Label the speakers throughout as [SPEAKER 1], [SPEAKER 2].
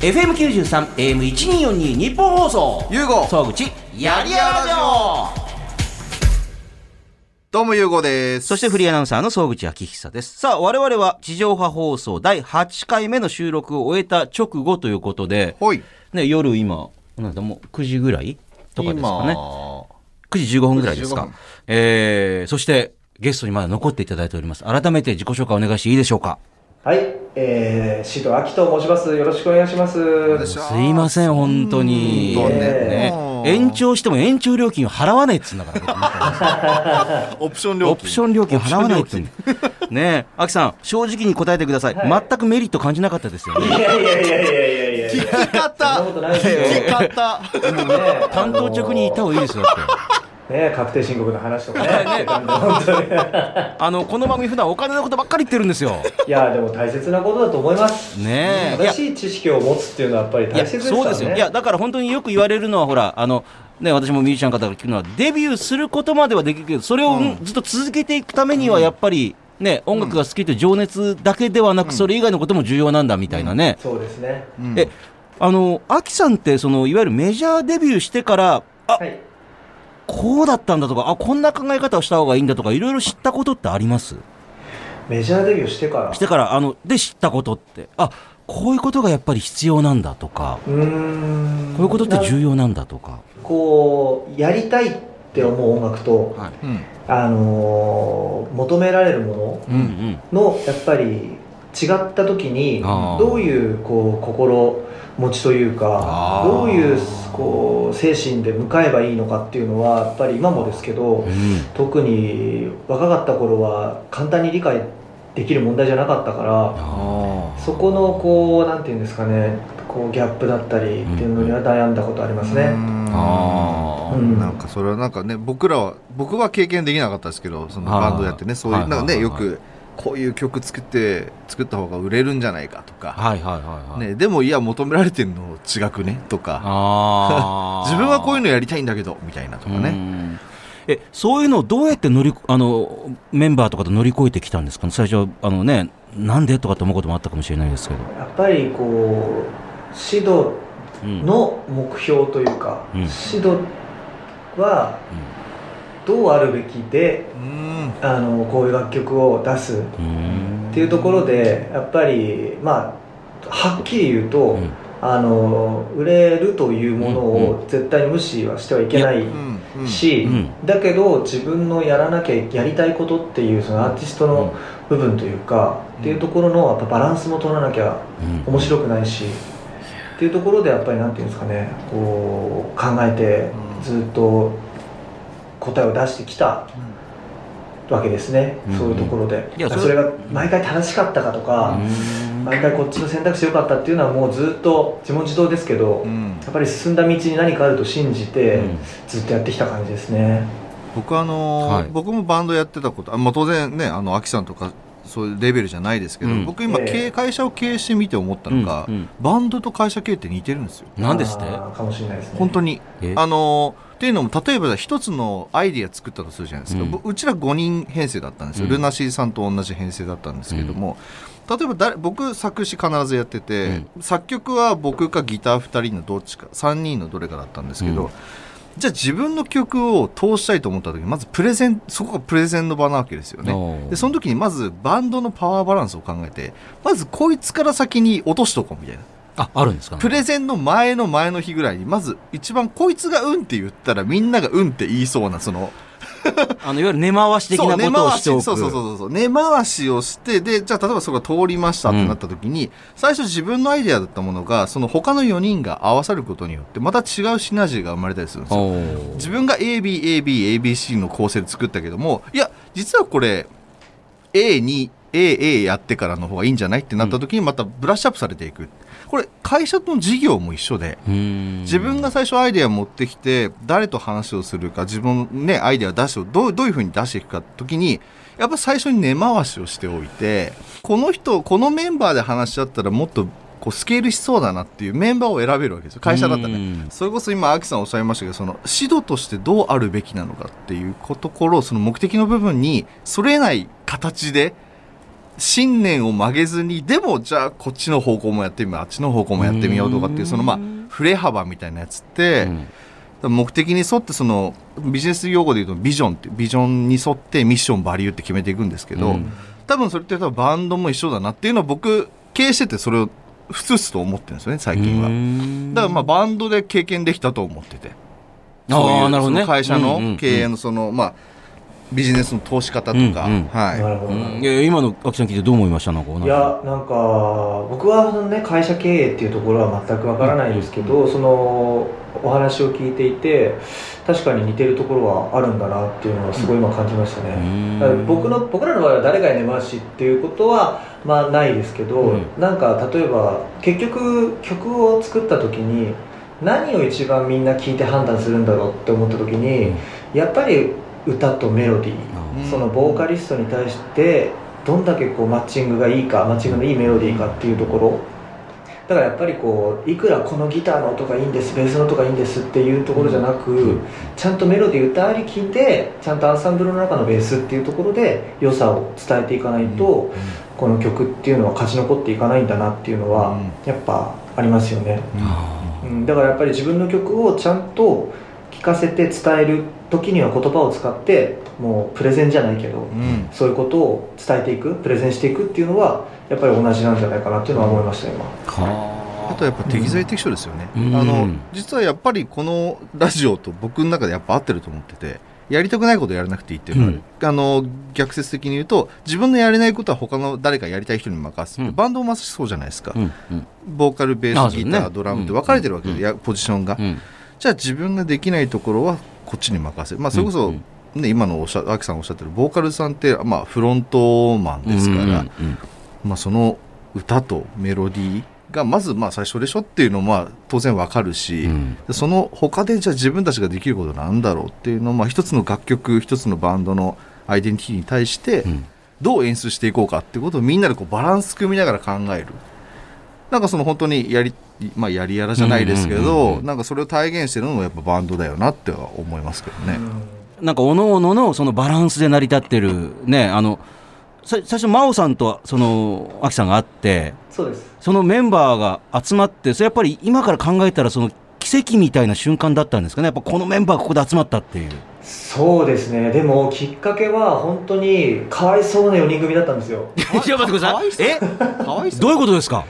[SPEAKER 1] FM93、AM1242 日本放送。
[SPEAKER 2] ゆうご
[SPEAKER 1] 総口、やりやらじょ
[SPEAKER 2] どうもゆうごです
[SPEAKER 1] そしてフリーアナウンサーの総口昭久です。さあ、我々は地上波放送第8回目の収録を終えた直後ということで、
[SPEAKER 2] ほい
[SPEAKER 1] ね、夜今、なんだもう9時ぐらいとかですかね。
[SPEAKER 2] 今
[SPEAKER 1] 9時15分ぐらいです
[SPEAKER 2] 9時15
[SPEAKER 1] か
[SPEAKER 2] 分。
[SPEAKER 1] えー、そして、ゲストにまだ残っていただいております。改めて自己紹介お願いしていいでしょうか。
[SPEAKER 3] はい、えー、シート秋と申します。よろしくお願いします。
[SPEAKER 2] し
[SPEAKER 1] すいません、本当に。
[SPEAKER 2] 本当ね
[SPEAKER 1] ね
[SPEAKER 2] もう
[SPEAKER 1] 延長しても延長料金を払わないっつうんだから、
[SPEAKER 2] オプション料金
[SPEAKER 1] オプション料金払わないっつうんだ。 ねえ、秋さん、正直に答えてください。全くメリット感じなかったですよ
[SPEAKER 3] い
[SPEAKER 1] ね。
[SPEAKER 3] やいやいやいやいやいやいや。
[SPEAKER 2] 聞き方
[SPEAKER 3] そんなことないですよ
[SPEAKER 2] 聞き方
[SPEAKER 3] ね
[SPEAKER 1] 担当直にいた方がいいですよ、だっ
[SPEAKER 3] ね確定申告の話とかね。本当に。
[SPEAKER 1] て。 あの、この番組普段お金のことばっかり言ってるんですよ。
[SPEAKER 3] いや、でも大切なことだと思います。
[SPEAKER 1] ねえ
[SPEAKER 3] 正しい知識を持つっていうのはやっぱり
[SPEAKER 1] いや
[SPEAKER 3] 大切ですからね。
[SPEAKER 1] そうですよいやだから本当によく言われるのはほらあのね私もミュージシャンの方が聞くのはデビューすることまではできるけどそれをずっと続けていくためにはやっぱりね音楽が好きという情熱だけではなくそれ以外のことも重要なんだみたいなね、
[SPEAKER 3] そうですね。
[SPEAKER 2] うん
[SPEAKER 1] えあのアキさんってそのいわゆるメジャーデビューしてからあ
[SPEAKER 3] はい。
[SPEAKER 1] こうだったんだとかあこんな考え方をした方がいいんだとかいろいろ知ったことってあります
[SPEAKER 3] メジャーデビューしてから。
[SPEAKER 1] してからあので知ったことってあこういうことがやっぱり必要なんだとか
[SPEAKER 3] うーん。
[SPEAKER 1] こういうことって重要なんだとか。
[SPEAKER 3] こう、やりたいって思う音楽と、
[SPEAKER 1] はい
[SPEAKER 2] うん
[SPEAKER 3] あのー求められるもの。
[SPEAKER 1] うんうん
[SPEAKER 3] のやっぱり違った時に
[SPEAKER 1] あー
[SPEAKER 3] どういうこう心持ちという
[SPEAKER 1] あ
[SPEAKER 3] か
[SPEAKER 1] ー
[SPEAKER 3] どういうこう精神で向かえばいいのかっていうのはやっぱり今もですけど
[SPEAKER 1] うん
[SPEAKER 3] 特に若かった頃は簡単に理解できる問題じゃなかったから
[SPEAKER 2] あ
[SPEAKER 3] そこのこうなんていうんですかねこうギャップだったりっていうのには悩んだことあります
[SPEAKER 2] ー
[SPEAKER 3] ね。
[SPEAKER 1] あ
[SPEAKER 3] ー
[SPEAKER 2] うんなんかそれはなんかね僕らは僕は経験できなかったですけどそのバンドやって
[SPEAKER 1] はい
[SPEAKER 2] ねそういうなんかね
[SPEAKER 1] はいは
[SPEAKER 2] よ
[SPEAKER 1] いはい
[SPEAKER 2] くこういう曲作って作った方が売れるんじゃないかとか
[SPEAKER 1] はいはいはいはい。
[SPEAKER 2] ねでもいや求められてるの違くねとか
[SPEAKER 1] ああ。
[SPEAKER 2] 自分はこういう
[SPEAKER 1] の
[SPEAKER 2] のやりたいんだけどみたいなとかね
[SPEAKER 1] ね。え、そういうのをどうやって乗り、あの、メンバーとかと乗り越えてきたんですかね最初、あのね、なんでとかって思うこともあったかもしれないですけど。
[SPEAKER 3] やっぱりこう指導
[SPEAKER 1] うん。
[SPEAKER 3] の目標というか、
[SPEAKER 1] うん
[SPEAKER 3] 指導はどうあるべきで
[SPEAKER 2] うん
[SPEAKER 3] あのこういう楽曲を出すっ
[SPEAKER 1] うん。
[SPEAKER 3] ていうところでやっぱりまあはっきり言うと、
[SPEAKER 1] うん
[SPEAKER 3] あの売れるというも
[SPEAKER 1] う
[SPEAKER 3] のを絶対に無視はしてはいけない
[SPEAKER 2] うんうん
[SPEAKER 3] し、
[SPEAKER 1] うん
[SPEAKER 3] だけど自分のやらなきゃやりたいことっていうそのアーティストの部分というか、
[SPEAKER 2] うん
[SPEAKER 3] っていうところのやっぱバランスも取らなきゃ
[SPEAKER 1] うん
[SPEAKER 3] 面白くないし、っていうところでやっぱりなんていうんですかねこう考えて
[SPEAKER 2] うん
[SPEAKER 3] ずっと答えを出してきたわけですね、
[SPEAKER 1] うん
[SPEAKER 3] そういうところで
[SPEAKER 1] いや
[SPEAKER 3] それ
[SPEAKER 1] それ
[SPEAKER 3] が毎回正しかったかとか、
[SPEAKER 1] うん
[SPEAKER 3] 毎回こっちの選択肢良かったっていうのはもうずっと自問自答ですけど、
[SPEAKER 2] う
[SPEAKER 3] や
[SPEAKER 2] ん
[SPEAKER 3] っぱり進んだ道に何かあると信じて、
[SPEAKER 1] うん
[SPEAKER 3] ずっとやってきた感じですね
[SPEAKER 2] 僕はあのー
[SPEAKER 1] はい
[SPEAKER 2] 僕もバンドやってたことあ、まあ、当然ねあの秋さんとかそういうレベルじゃないですけど、
[SPEAKER 1] うん
[SPEAKER 2] 僕今、
[SPEAKER 3] ええ
[SPEAKER 2] 経営会社を経営してみて思ったのが、
[SPEAKER 1] うんうん
[SPEAKER 2] バンドと会社経営って似てるんですよ
[SPEAKER 1] なんですって
[SPEAKER 3] あーかもしれないですね
[SPEAKER 2] 本当に、
[SPEAKER 1] え
[SPEAKER 2] あのーっていうのも例えば一つのアイディア作ったとするじゃないですか、
[SPEAKER 1] うん
[SPEAKER 2] ぼうちら5人編成だったんですよ、
[SPEAKER 1] うん
[SPEAKER 2] ルナシーさんと同じ編成だったんですけども、例えば誰僕作詞必ずやってて、作曲は僕かギター2人のどっちか3人のどれかだったんですけど、
[SPEAKER 1] うん
[SPEAKER 2] じゃあ自分の曲を通したいと思った時まずプレゼンそこがプレゼンの場なわけですよね。
[SPEAKER 1] おー
[SPEAKER 2] でその時にまずバンドのパワーバランスを考えてまずこいつから先に落としとこうみたいな
[SPEAKER 1] あ、あるんですかね
[SPEAKER 2] プレゼンの前の前の日ぐらいにまず一番こいつが「うん」って言ったらみんなが「うん」って言いそうなその
[SPEAKER 1] あの、いわゆる根回し的
[SPEAKER 2] そう
[SPEAKER 1] なこ
[SPEAKER 2] 根
[SPEAKER 1] とを
[SPEAKER 2] 回
[SPEAKER 1] しておく。
[SPEAKER 2] しそうそうそうそう根回しをしてでじゃあ例えばそこが通りましたってなった時に、最初自分のアイデアだったものがその他の4人が合わさることによってまた違うシナジーが生まれたりするんですよ。
[SPEAKER 1] おー
[SPEAKER 2] 自分が ABABABC の構成で作ったけどもいや実はこれ A に AA やってからの方がいいんじゃないってなった時にまたブラッシュアップされていくこれ会社の事業も一緒で
[SPEAKER 1] うん
[SPEAKER 2] 自分が最初アイデア持ってきて誰と話をするか自分のねアイデア出してどうどういうふうに出していくか時にやっぱ最初に根回しをしておいてこの人このメンバーで話し合ったらもっとこうスケールしそうだなっていうメンバーを選べるわけですよ会社だったらね
[SPEAKER 1] うん
[SPEAKER 2] それこそ今、アキさんおっしゃいましたけど、その指導としてどうあるべきなのかっていうところを、その目的の部分に、それない形で信念を曲げずにでもじゃあこっちの方向もやってみようあっちの方向もやってみようとかっていううんそのまあ振れ幅みたいなやつって、
[SPEAKER 1] うん
[SPEAKER 2] 目的に沿ってそのビジネス用語で言うとビジョンってビジョンに沿ってミッションバリューって決めていくんですけ
[SPEAKER 1] う
[SPEAKER 2] ど、
[SPEAKER 1] ん
[SPEAKER 2] 多分それって多分バンドも一緒だなっていうのは僕経営しててそれをふつふつと思ってるんですよね最近は。だからまあバンドで経験できたと思っててそうい
[SPEAKER 1] あ
[SPEAKER 2] う
[SPEAKER 1] あなるほどね
[SPEAKER 2] その会社
[SPEAKER 1] うんうんう
[SPEAKER 2] の
[SPEAKER 1] ん
[SPEAKER 2] 経営のそのまあビジネスの投資方とか、
[SPEAKER 1] うんうん
[SPEAKER 2] はい、
[SPEAKER 3] なるほ
[SPEAKER 1] う
[SPEAKER 3] ど、
[SPEAKER 1] んいやいや今のアキさん聞いてどう思いましたなんか
[SPEAKER 3] いやなんか僕はその、ね、会社経営っていうところは全くわからないですけど、そのお話を聞いていて確かに似てるところはあるんだなっていうのはすごい今感じましたね、だから僕の僕らの場合は誰が根回しっていうことは、まあ、ないですけど、
[SPEAKER 1] うん
[SPEAKER 3] なんか例えば結局曲を作った時に何を一番みんな聞いて判断するんだろうって思った時に、
[SPEAKER 1] うん
[SPEAKER 3] やっぱり歌とメロディー、
[SPEAKER 2] うん
[SPEAKER 3] そのボーカリストに対してどんだけこうマッチングがいいかマッチングのいいメロディーかっていうところだからやっぱりこういくらこのギターの音がいいんですベースの音がいいんですっていうところじゃなく、
[SPEAKER 1] うん
[SPEAKER 3] ちゃんとメロディー歌ありきでちゃんとアンサンブルの中のベースっていうところで良さを伝えていかないと、この曲っていうのは勝ち残っていかないんだなっていうのは、やっぱありますよね、
[SPEAKER 1] あ
[SPEAKER 3] うん、だからやっぱり自分の曲をちゃんと聴かせて伝える時には言葉を使ってもうプレゼンじゃないけど、
[SPEAKER 2] うん
[SPEAKER 3] そういうことを伝えていくプレゼンしていくっていうのはやっぱり同じなんじゃないかなっていうのは思いました今、
[SPEAKER 1] ーは
[SPEAKER 2] あとやっぱ適材適所ですよね、
[SPEAKER 1] うん
[SPEAKER 2] あ
[SPEAKER 1] う
[SPEAKER 2] の
[SPEAKER 1] ん
[SPEAKER 2] 実はやっぱりこのラジオと僕の中でやっぱ合ってると思っててやりたくないことやらなくていいっていうのは、
[SPEAKER 1] うん
[SPEAKER 2] あの逆説的に言うと自分のやれないことは他の誰かやりたい人に任すって、
[SPEAKER 1] うん
[SPEAKER 2] バンドもまさしそうじゃないですか、
[SPEAKER 1] うんうん
[SPEAKER 2] ボーカルベ
[SPEAKER 1] あ
[SPEAKER 2] ース
[SPEAKER 1] そうね
[SPEAKER 2] ギタードラムって分かれてるわけで、
[SPEAKER 1] うん
[SPEAKER 2] やポジションが、
[SPEAKER 1] うん
[SPEAKER 2] じゃあ自分ができないところはこっちに任せる、まあ、それこそ、
[SPEAKER 1] うん
[SPEAKER 2] ね、今のおっしゃアキさんおっしゃってるボーカルさんって、まあ、フロントマンですから、
[SPEAKER 1] うんうんうん
[SPEAKER 2] まあ、その歌とメロディーがまずまあ最初でしょっていうのもまあ当然わかるし、
[SPEAKER 1] うん
[SPEAKER 2] でその他でじゃあ自分たちができることなんだろうっていうのを、まあ、一つの楽曲一つのバンドのアイデンティティに対して
[SPEAKER 1] うん
[SPEAKER 2] どう演出していこうかってことをみんなでこうバランス組みながら考えるなんかその本当にやり,、まあ、やりやらじゃないですけ
[SPEAKER 1] うんうんうん
[SPEAKER 2] ど
[SPEAKER 1] うん
[SPEAKER 2] なんかそれを体現してるのもやっぱバンドだよなっては思いますけどね。
[SPEAKER 1] なんかおのののそのバランスで成り立ってるねあのさ最初真央さんとそのアキさんがあって
[SPEAKER 3] そうです
[SPEAKER 1] そのメンバーが集まってそれやっぱり今から考えたらその奇跡みたいな瞬間だったんですかねやっぱこのメンバーがここで集まったっていう
[SPEAKER 3] そうですねでもきっかけは本当にかわいそうな4人組だったんですよ
[SPEAKER 1] いや待ってくださいえ
[SPEAKER 2] かわいそう
[SPEAKER 1] どういうことですか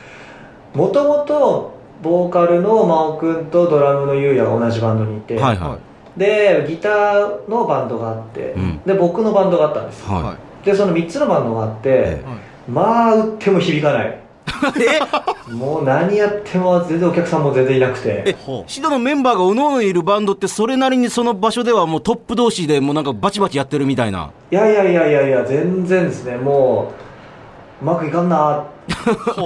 [SPEAKER 3] もともとボーカルの真央君とドラムのゆうやが同じバンドにいて、
[SPEAKER 1] はいは
[SPEAKER 3] でギターのバンドがあって、
[SPEAKER 1] うん
[SPEAKER 3] で僕のバンドがあったんです
[SPEAKER 1] い
[SPEAKER 3] よ
[SPEAKER 1] は
[SPEAKER 3] でその3つのバンドがあって、
[SPEAKER 1] え
[SPEAKER 3] まあ打っても響 かないもう何やっても全然お客さんも全然いなくて
[SPEAKER 1] いシドのメンバーがおののいるバンドってそれなりにその場所ではもうトップ同士でもうなんかバチバチやってるみたいない
[SPEAKER 3] やいやいやいやいや全然ですねもううまくいかんなだか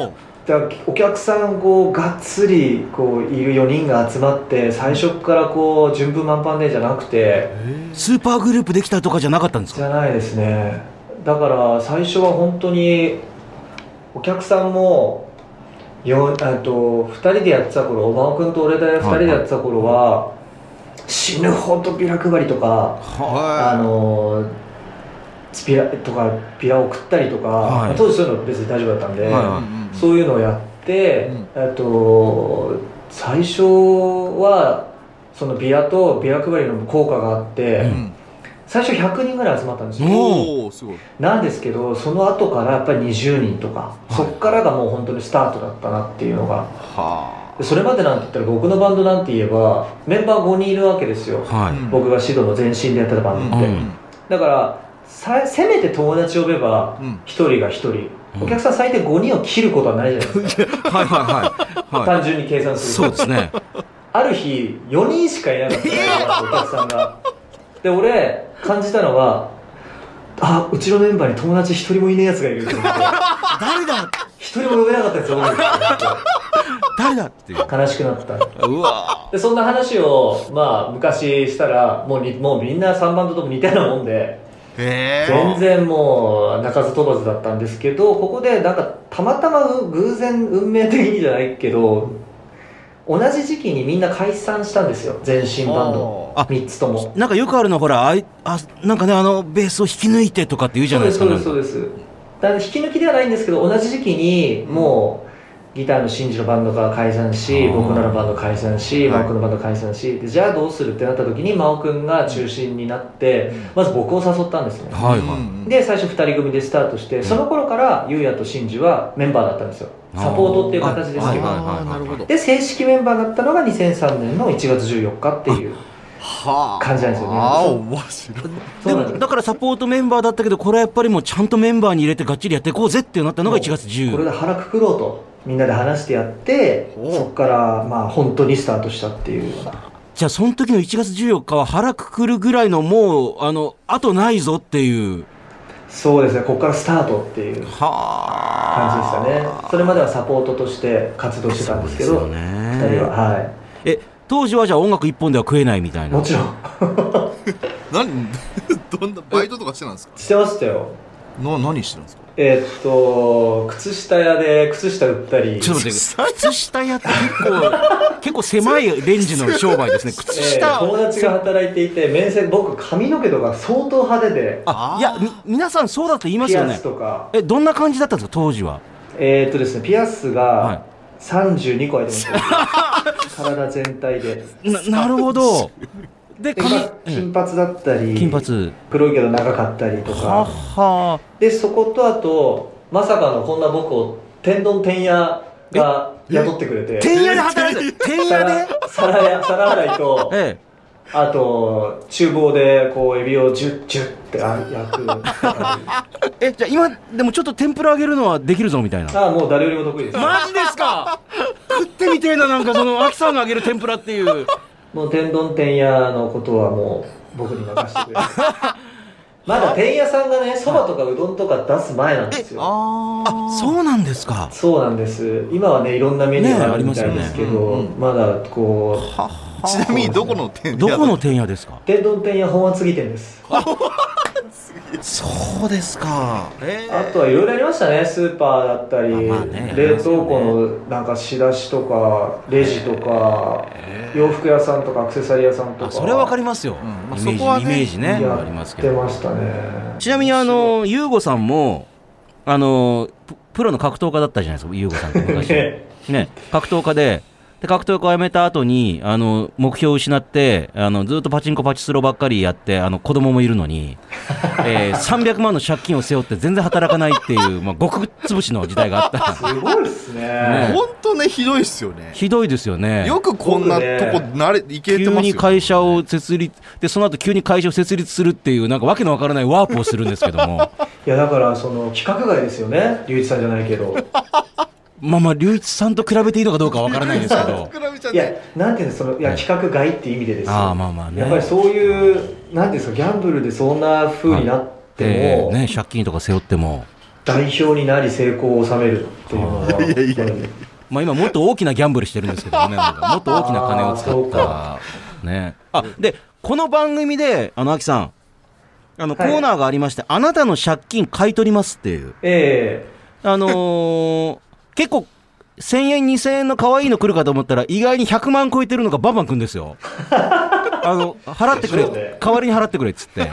[SPEAKER 3] らお客さんこうがっつりこういる4人が集まって最初からこう順風満帆でじゃなくて
[SPEAKER 1] スーパーグループできたとかじゃなかったんです
[SPEAKER 3] じ
[SPEAKER 1] か
[SPEAKER 3] ゃないですねだから最初は本当にお客さんもよあと2人でやってた頃おばおくんと俺で2人でやってた頃は、死ぬほどビラ配りとか
[SPEAKER 2] は
[SPEAKER 3] あのービラとかビラを食ったりとか、
[SPEAKER 1] はい
[SPEAKER 3] 当時そういうの別に大丈夫だったんで、
[SPEAKER 1] はい
[SPEAKER 2] い
[SPEAKER 1] は
[SPEAKER 3] そういうのをやって、あと最初はそのビラとビラ配りの効果があって、
[SPEAKER 1] うん
[SPEAKER 3] 最初100人ぐらい集まったんですよ、
[SPEAKER 2] おおすごい。
[SPEAKER 3] なんですけどその後からやっぱり20人とか、そっからがもう本当にスタートだったなっていうのが
[SPEAKER 2] は
[SPEAKER 3] でそれまでなんて言ったら僕のバンドなんて言えばメンバー5人いるわけですよ、
[SPEAKER 1] はい、
[SPEAKER 2] うん
[SPEAKER 3] 僕がシドの前身でやってたバンドって、
[SPEAKER 1] うん
[SPEAKER 3] だからさせめて友達呼べば
[SPEAKER 2] うん
[SPEAKER 3] 1人が1人、
[SPEAKER 1] うん
[SPEAKER 3] お客さん最低5人を切ることはないじゃないですか、
[SPEAKER 1] はいはいはいはい
[SPEAKER 3] 単純に計算 す
[SPEAKER 1] そう
[SPEAKER 3] る
[SPEAKER 1] で
[SPEAKER 3] と
[SPEAKER 1] すね
[SPEAKER 3] ある日4人しかいなかったのお客さんがで俺感じたのはあうちのメンバーに友達1人もいねえやつがいると思って
[SPEAKER 1] 誰だ
[SPEAKER 3] 一人も呼べなかったやつ多い
[SPEAKER 1] 誰だっていう
[SPEAKER 3] 悲しくなった
[SPEAKER 1] うわ
[SPEAKER 3] でそんな話をまあ昔したらもうにもうみんな3バンドとも似たようなもんで
[SPEAKER 2] へ
[SPEAKER 3] 全然もう鳴かず飛ばずだったんですけどここでなんかたまたまう偶然運命的にじゃないけど同じ時期にみんな解散したんですよ全身バンド
[SPEAKER 1] あ
[SPEAKER 3] 3つとも
[SPEAKER 1] なんかよくあるのはほらあいあなんかねあのベースを引き抜いてとかって言うじゃないですか
[SPEAKER 3] そう
[SPEAKER 1] な
[SPEAKER 3] で
[SPEAKER 1] ん
[SPEAKER 3] す
[SPEAKER 1] か
[SPEAKER 3] そうですそうですだから引き抜きではないんですけど同じ時期にもうギターの真治のバンドが解散し
[SPEAKER 2] あー
[SPEAKER 3] 僕らのバンド解散し
[SPEAKER 2] はい
[SPEAKER 3] 真央君のバンド解散しでじゃあどうするってなった時に真央君が中心になってまず僕を誘ったんですね
[SPEAKER 1] はいはい
[SPEAKER 2] い
[SPEAKER 3] で最初2人組でスタートしてその頃からゆうやと真治はメンバーだったんですよ
[SPEAKER 1] あー
[SPEAKER 3] サポートっていう形ですけど、
[SPEAKER 1] はいはい
[SPEAKER 2] あーなるほど
[SPEAKER 3] で正式メンバーになったのが2003年の1月14日っていう
[SPEAKER 2] はあ
[SPEAKER 3] 感じなんですよね
[SPEAKER 2] ああ面白い
[SPEAKER 3] そ
[SPEAKER 1] で
[SPEAKER 3] うなん
[SPEAKER 1] も
[SPEAKER 3] です
[SPEAKER 1] だからサポートメンバーだったけどこれはやっぱりもうちゃんとメンバーに入れてがっちりやっていこうぜってなったのが1月10
[SPEAKER 3] これで腹くくろうとみんなで話してやって
[SPEAKER 2] おう
[SPEAKER 3] そこからまあ本当にスタートしたっていうような
[SPEAKER 1] じゃあその時の1月14日は腹くくるぐらいのもうあの後ないぞっていう
[SPEAKER 3] そうですねここからスタートっていう
[SPEAKER 1] は
[SPEAKER 3] 感じでしたねそれまではサポートとして活動してたんですけど
[SPEAKER 1] ね
[SPEAKER 3] 2人はは
[SPEAKER 1] え当時はじゃあ音楽一本では食えないみたい
[SPEAKER 3] い
[SPEAKER 1] な
[SPEAKER 3] もちろ ん
[SPEAKER 2] 何 どんなバイトとかしてたんですか
[SPEAKER 3] してましたよ
[SPEAKER 2] な何してたんですか
[SPEAKER 3] えーっと靴下屋で靴下売ったり
[SPEAKER 1] ちょっと待って靴下やって結構結構狭いレンジの商売ですね 靴
[SPEAKER 3] えー
[SPEAKER 1] 下
[SPEAKER 3] 友達が働いていて面接僕髪の毛とか相当派手で
[SPEAKER 1] あ
[SPEAKER 2] あー
[SPEAKER 1] いやみ皆さんそうだと言います
[SPEAKER 3] ピ
[SPEAKER 1] よ
[SPEAKER 3] ア
[SPEAKER 1] ね
[SPEAKER 3] スとか
[SPEAKER 1] えどんな感じだったんですか当時は
[SPEAKER 3] えーっとですねピアス
[SPEAKER 1] は
[SPEAKER 3] が32個開いてましたよ 体全体で
[SPEAKER 1] いななるほどで
[SPEAKER 3] で
[SPEAKER 1] 髪
[SPEAKER 3] まあ金髪だったり
[SPEAKER 1] 金髪
[SPEAKER 3] 黒いけど長かったりと
[SPEAKER 1] は
[SPEAKER 3] か
[SPEAKER 1] は
[SPEAKER 3] でそことあとまさかのこんな僕を天丼天屋が雇ってくれて
[SPEAKER 1] 天屋で働いてる天屋
[SPEAKER 3] 皿
[SPEAKER 1] で
[SPEAKER 3] 皿や皿洗い と
[SPEAKER 1] え
[SPEAKER 3] あと厨房でこうエビをジュッジュッってあ焼く
[SPEAKER 1] ええじゃあ今でもちょっと天ぷら揚げるのはできるぞみたいな
[SPEAKER 3] ああもう誰よりも得意です
[SPEAKER 1] マジですか食ってみてえななんかその秋さんの揚げる天ぷらっていう
[SPEAKER 3] もう天丼天屋のことはもう僕に任せてく れるまだ天屋さんがねそばとかうどんとか出す前なんですよ
[SPEAKER 2] あ
[SPEAKER 1] あ そうなんですか
[SPEAKER 3] そうなんです今はねいろんなメニューがあるみたいですけ
[SPEAKER 2] ねあ
[SPEAKER 3] ど、
[SPEAKER 2] りますよねうんうん
[SPEAKER 3] まだこう
[SPEAKER 1] はは
[SPEAKER 2] ちなみにどこの店
[SPEAKER 1] どこの天屋ですか
[SPEAKER 3] 天丼天屋本厚木店ですあ
[SPEAKER 1] そうですかえ
[SPEAKER 3] とはいろいろありましたねスーパーだったり、
[SPEAKER 1] まあまあね
[SPEAKER 3] 冷凍庫のなんか仕出しとかレジとか、洋服屋さんとかアクセサリー屋さんとか
[SPEAKER 1] あそれはわかりますよ、
[SPEAKER 2] んまあ
[SPEAKER 1] イメージ
[SPEAKER 2] そこはね
[SPEAKER 1] イメージね
[SPEAKER 3] や
[SPEAKER 1] ありますけど
[SPEAKER 3] ってましたね
[SPEAKER 1] ちなみにあの優吾さんもあのププロの格闘家だったじゃないですか優吾さんって昔
[SPEAKER 3] ね
[SPEAKER 1] ね格闘家でで格闘家を辞めた後にあの目標を失ってあのずっとパチンコパチスロばっかりやってあの子供もいるのに、 えー300万の借金を背負って全然働かないっていう、まあ、極潰しの時代があった
[SPEAKER 3] すごいですね
[SPEAKER 1] ね
[SPEAKER 2] 本当ねひどいっすよね
[SPEAKER 1] ひどいですよね
[SPEAKER 2] よくこんなとこ慣れいけてます
[SPEAKER 1] 急
[SPEAKER 2] よ
[SPEAKER 1] に会社を設立でその後急に会社を設立するっていうなんかわけのわからないワープをするんですけど も
[SPEAKER 3] いやだからその規格外ですよね龍一さんじゃない けど
[SPEAKER 1] まあまあ龍一さんと比べていいのかどうかわからないですけ ど
[SPEAKER 2] 比べちゃっ
[SPEAKER 3] いや
[SPEAKER 2] て
[SPEAKER 3] なんていうんですかそのいや
[SPEAKER 1] ね
[SPEAKER 3] 規格外っていう意味でですよ
[SPEAKER 1] ああまあまあね
[SPEAKER 3] やっぱりそういうなんていうんですかギャンブルでそんな風になっても、
[SPEAKER 1] ええね借金とか背負っても
[SPEAKER 3] 代表になり成功を収めるっていうのは 本当に
[SPEAKER 1] まあ今もっと大きなギャンブルしてるんですけどねなんかもっと大きな金を
[SPEAKER 3] あーそ
[SPEAKER 1] 使
[SPEAKER 3] う
[SPEAKER 1] った
[SPEAKER 3] か
[SPEAKER 1] ねあでこの番組であの秋さんあのコ
[SPEAKER 3] はい
[SPEAKER 1] ーナーがありまして、あなたの借金買い取りますっていう
[SPEAKER 3] え
[SPEAKER 1] あのー結構1000円2000円の可愛いの来るかと思ったら意外に100万超えてるのがバンバンくんです よあの払ってくれ、
[SPEAKER 3] そうね
[SPEAKER 1] 代わりに払ってくれっつって
[SPEAKER 3] え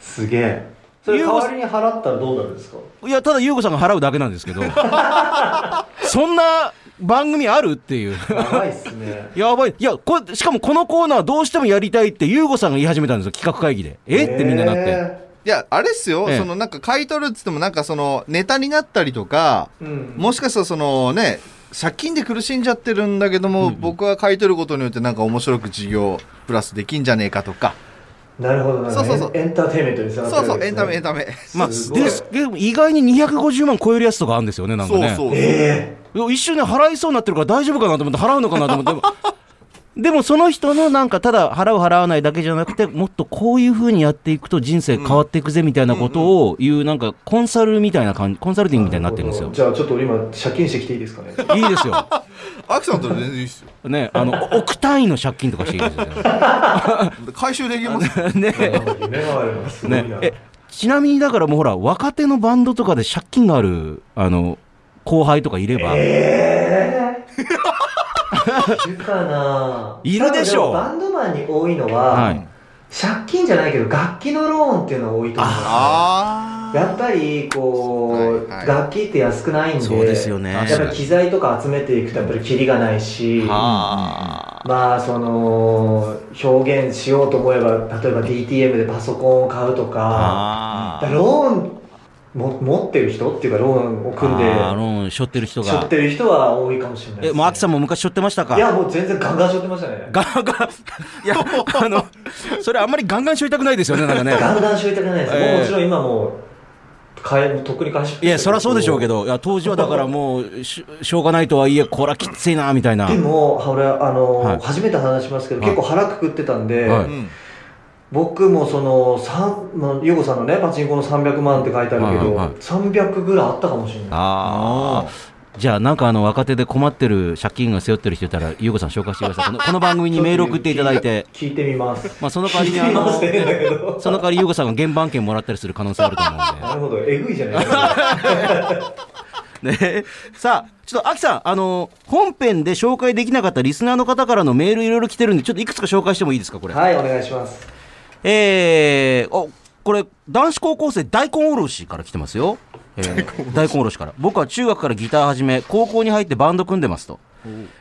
[SPEAKER 3] すげえそれ代わりに払ったらどうなるんですか
[SPEAKER 1] いやただ優子さんが払うだけなんですけどそんな番組あるっていう
[SPEAKER 3] やばいっすね
[SPEAKER 1] やばい。いや、これ、しかもこのコーナーどうしてもやりたいって、ゆうごさんが言い始めたんですよ、企画会議で。え ってみんななって。
[SPEAKER 3] え
[SPEAKER 2] いやあれっすよ、
[SPEAKER 1] ええ
[SPEAKER 2] そのなんか買い取るっつってもなんかそのネタになったりとか
[SPEAKER 3] えうん
[SPEAKER 2] もしかしたらそのね借金で苦しんじゃってるんだけども、僕は買い取ることによってなんか面白く事業プラスできんじゃねえかとか、
[SPEAKER 3] なるほどなるほど
[SPEAKER 2] そうそうそう
[SPEAKER 3] エンエンターテインメントにつな
[SPEAKER 2] そう
[SPEAKER 3] が
[SPEAKER 2] そ
[SPEAKER 3] ってるわ
[SPEAKER 2] う
[SPEAKER 3] け
[SPEAKER 2] エ
[SPEAKER 3] で
[SPEAKER 2] ン
[SPEAKER 3] すね
[SPEAKER 2] タメエンタメ、
[SPEAKER 1] まあ、
[SPEAKER 3] すごい
[SPEAKER 1] ですでも意外に250万超えるやつとかあるんですよね、なんか
[SPEAKER 2] そう
[SPEAKER 1] ね。
[SPEAKER 2] そう、
[SPEAKER 3] ええ
[SPEAKER 1] 一瞬ね、払いそうになってるから大丈夫かなと思って、払うのかなと思ってで も。でもその人のなんかただ払う払わないだけじゃなくてもっとこういうふうにやっていくと人生変わっていくぜみたいなことを言うなんかコンサルみたいな感じコンサルティングみたいになってるんですよ
[SPEAKER 3] じゃあちょっと俺今借金してきていいですかね
[SPEAKER 1] いいですよ
[SPEAKER 2] アクさんと全然いいっすよ
[SPEAKER 1] ねあの億単位の借金とかしていいですよね
[SPEAKER 2] 回収できます
[SPEAKER 1] ね
[SPEAKER 3] 夢があるのすごい
[SPEAKER 1] ね
[SPEAKER 3] な、、
[SPEAKER 1] えちなみにだからもうほら若手のバンドとかで借金があるあの後輩とかいれば、
[SPEAKER 3] え ーいるかない
[SPEAKER 1] るでしょう
[SPEAKER 3] 多分もバンドマンに多いのは、
[SPEAKER 1] はい
[SPEAKER 3] 借金じゃないけど楽器のローンっていうのは多いと思いますね、
[SPEAKER 2] あ
[SPEAKER 3] やっぱりこう、
[SPEAKER 2] はいはい
[SPEAKER 3] 楽器って安くないんで
[SPEAKER 1] そうですよね
[SPEAKER 2] 確
[SPEAKER 3] やっ
[SPEAKER 2] か
[SPEAKER 3] ぱ
[SPEAKER 2] に
[SPEAKER 3] り機材とか集めていくとやっぱりキリがないし、
[SPEAKER 1] はあ
[SPEAKER 3] まあその表現しようと思えば例えば DTM でパソコンを買うとか
[SPEAKER 1] あー
[SPEAKER 3] ローンも持ってる人っていうかローンを組んで
[SPEAKER 1] あーローン背負ってる人
[SPEAKER 3] 背負
[SPEAKER 1] が
[SPEAKER 3] ってる人は多いかもしれないですね、
[SPEAKER 1] えもうアキさん
[SPEAKER 3] も
[SPEAKER 1] も昔背負ってましたか
[SPEAKER 3] いやもう全然ガンガン背負ってましたね
[SPEAKER 1] ガンガン、いや、あの、それあんまりガンガンしょいたくないですよね、なんかね。
[SPEAKER 3] ガンガン背負いたくないです、
[SPEAKER 1] ええ
[SPEAKER 3] もうもちろん今もう買えとっくに返しました
[SPEAKER 1] い
[SPEAKER 3] けど
[SPEAKER 1] や、そりゃそうでしょうけど、いや、当時はだからもう、ししょうがないとはいえ、こらきついな、みたいな
[SPEAKER 3] で。も俺あの、
[SPEAKER 1] はい
[SPEAKER 3] 初めて話しますけど、
[SPEAKER 1] はい
[SPEAKER 3] 結構腹くくってたんで、
[SPEAKER 1] は
[SPEAKER 2] う
[SPEAKER 1] い
[SPEAKER 2] ん
[SPEAKER 3] 僕もその三まあヨゴさんのねパチンコの300万って書いてあるけど、
[SPEAKER 1] はいはいはい
[SPEAKER 3] 300ぐらいあったかもしれない
[SPEAKER 1] ああ。じゃあ、なんかあの、若手で困ってる、借金が背負ってる人いたら、ゆうこさん紹介してください。このこの番組にメール送っていただいて、
[SPEAKER 3] 聞いてみます
[SPEAKER 1] まあ、その代わりにあ
[SPEAKER 3] 聞
[SPEAKER 1] の、
[SPEAKER 3] いてみますねだけど
[SPEAKER 1] その代わりゆうこさんが原版権もらったりする可能性あると思うんで。
[SPEAKER 3] なるほどえぐいじゃないですか
[SPEAKER 1] ね、さあ、ちょっと、アキさん、あの本編で紹介できなかったリスナーの方からのメールいろいろ来てるんで、ちょっといくつか紹介してもいいですか、これ。
[SPEAKER 3] はいお願いします
[SPEAKER 1] えー、お、これ、男子高校生大根おろしから来てますよ。えー大根おろしから。僕は中学からギター始め、高校に入ってバンド組んでますと。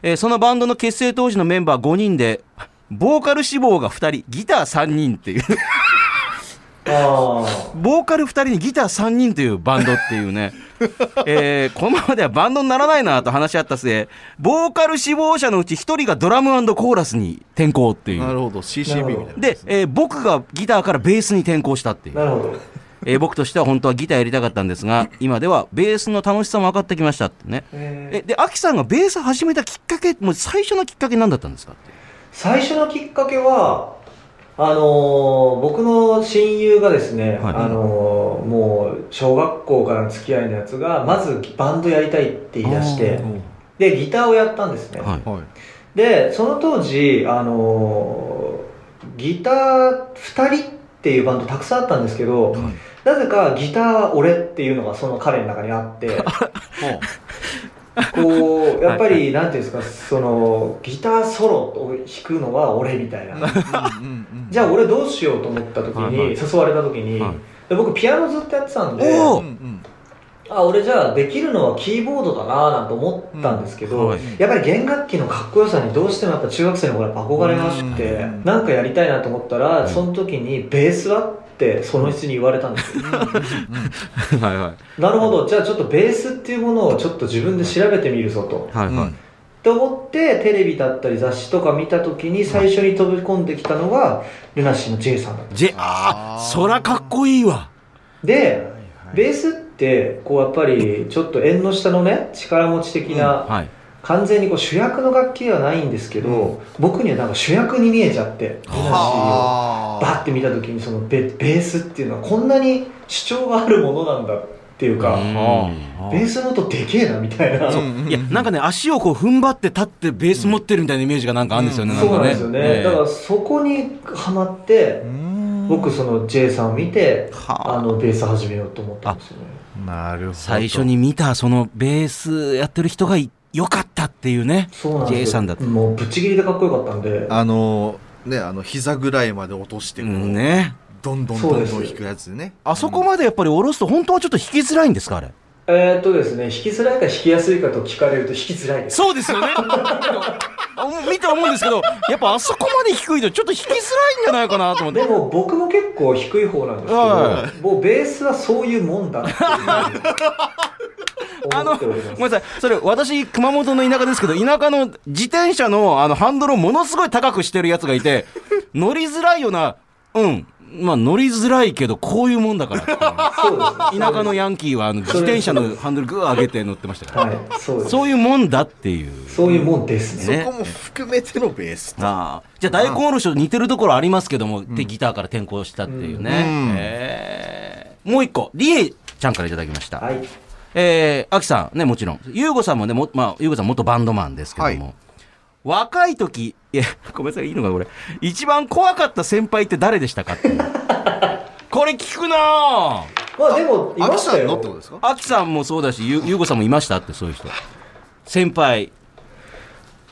[SPEAKER 1] えーそのバンドの結成当時のメンバー5人で、ボーカル志望が2人、ギター3人っていう、
[SPEAKER 3] あ
[SPEAKER 1] ボーカル2人にギター3人というバンドっていう ね、えーこのままではバンドにならないなと話し合った末、ボーカル志望者のうち1人がドラムコーラスに転向ってい
[SPEAKER 2] な
[SPEAKER 1] う。
[SPEAKER 2] るほど CCB みたいな
[SPEAKER 1] で、えー僕がギターからベースに転向したってい
[SPEAKER 3] あ
[SPEAKER 1] う
[SPEAKER 3] な。るほど
[SPEAKER 1] えー僕としては本当はギターやりたかったんです が今ではベースの楽しさも分かってきましたってね
[SPEAKER 3] えー
[SPEAKER 1] えでアキさんがベース始めたきっかけもう最初のきっかけ何だったんですかって
[SPEAKER 3] 最初のきっかけはあのー僕の親友がですね、
[SPEAKER 1] はい
[SPEAKER 3] あのーもう小学校からの付き合いのやつがまずバンドやりたいって言い出してでギターをやったんですね、
[SPEAKER 1] はい
[SPEAKER 2] はい
[SPEAKER 3] でその当時、あのーギター2人っていうバンドたくさんあったんですけど、
[SPEAKER 1] はい
[SPEAKER 3] なぜかギターは俺っていうのがその彼の中にあって こうやっぱりなんていうんですかそのギターソロを弾くのは俺みたいな
[SPEAKER 2] うんうんうん
[SPEAKER 3] じゃあ俺どうしようと思った時
[SPEAKER 1] はい
[SPEAKER 3] に、
[SPEAKER 1] はい
[SPEAKER 3] 誘われた時に、
[SPEAKER 1] はい
[SPEAKER 3] で僕ピアノずっとやってたんで
[SPEAKER 1] お
[SPEAKER 2] うんうん
[SPEAKER 3] あ俺じゃあできるのはキーボードだなぁなんて思ったんですけど、
[SPEAKER 1] うんはい
[SPEAKER 3] やっぱり弦楽器のかっこよさにどうしてもやっぱ中学生の頃やっぱ憧れがしくて、
[SPEAKER 2] うん
[SPEAKER 3] なんかやりたいなと思ったら、
[SPEAKER 1] うん
[SPEAKER 3] その時にベースはってその人に言われたんですよ
[SPEAKER 1] はいはい
[SPEAKER 3] なるほどじゃあちょっとベースっていうものをちょっと自分で調べてみるぞと
[SPEAKER 1] はいはい
[SPEAKER 3] と思ってテレビだったり雑誌とか見た時に最初に飛び込んできたのがルナシーの J さんだった
[SPEAKER 1] ジェああ
[SPEAKER 2] あー
[SPEAKER 1] そらかっこいいわ
[SPEAKER 3] で
[SPEAKER 2] で
[SPEAKER 3] ベースってこうやっぱりちょっと縁の下のね力持ち的な、
[SPEAKER 1] はい
[SPEAKER 3] 完全にこう主役の楽器ではないんですけど、僕にはなんか主役に見えちゃって
[SPEAKER 1] は
[SPEAKER 3] 話
[SPEAKER 2] は
[SPEAKER 3] をバッて見た時にそのベベースっていうのはこんなに主張があるものなんだっていうか、
[SPEAKER 1] うん
[SPEAKER 3] ベースの音でけえなみたいな、
[SPEAKER 2] そう
[SPEAKER 1] いやなんかね足をこう踏ん張って立ってベース持ってるみたいなイメージがなんかあるんですよね、
[SPEAKER 3] そうなん
[SPEAKER 1] かね
[SPEAKER 3] ですよね、だからそこにはまって、僕その J さんを見て
[SPEAKER 2] は
[SPEAKER 3] あのベース始めようと思ったんですよね
[SPEAKER 2] なるほど
[SPEAKER 1] 最初に見たそのベースやってる人がい良かったっていうね
[SPEAKER 3] そうなんですよ
[SPEAKER 1] J さんだって
[SPEAKER 3] もうぶっちぎりでかっこよかったんで
[SPEAKER 2] あのねあの膝ぐらいまで落として
[SPEAKER 1] う
[SPEAKER 2] こうん
[SPEAKER 1] ね
[SPEAKER 2] どんどんどんどん弾くやつね
[SPEAKER 1] あそこまでやっぱり下ろすと本当はちょっと弾きづらいんですかあれ
[SPEAKER 3] えーっとですね弾きづらいか弾きやすいかと聞かれると弾きづらいです
[SPEAKER 1] そうですよね。見て思うんですけど、やっぱあそこまで低いとちょっと引きづらいんじゃないかなと思って。
[SPEAKER 3] でも僕も結構低い方なんですけど、
[SPEAKER 1] は
[SPEAKER 3] もうベースはそういうもんだっていう思っております
[SPEAKER 1] ごめんなさい、それ私、熊本の田舎ですけど、田舎の自転車のあのハンドルをものすごい高くしてるやつがいて、乗りづらいよな、うん、まあ乗りづらいけど、こういうもんだからっていう。
[SPEAKER 3] そうです
[SPEAKER 1] 田舎のヤンキーはあの自転車のハンドルグー上げて乗ってましたから。
[SPEAKER 3] はいそうです
[SPEAKER 1] そういうもんだっていう。
[SPEAKER 3] そういうもんです
[SPEAKER 2] そ
[SPEAKER 3] ね
[SPEAKER 1] ね
[SPEAKER 2] こも含めてのベース
[SPEAKER 1] ああじゃあ大根おろしと似てるところありますけども、でギターから転向したっていうね、
[SPEAKER 2] うん
[SPEAKER 1] えーもう一個りえちゃんからいただきました、
[SPEAKER 3] はい
[SPEAKER 1] えー、あきさんねもちろんゆうごさんもねも、まあ、ゆうごさん元バンドマンですけども、
[SPEAKER 2] は
[SPEAKER 1] 若い時いやごめんなさいいいのかこれ一番怖かった先輩って誰でしたかって いうこれ聞くなぁ
[SPEAKER 3] まあでもい
[SPEAKER 2] あ
[SPEAKER 3] ま
[SPEAKER 2] き
[SPEAKER 3] した
[SPEAKER 2] さんの
[SPEAKER 3] よ
[SPEAKER 2] ってことですか
[SPEAKER 1] あきさんもそうだしゆゆうごさんもいましたってそういう人先輩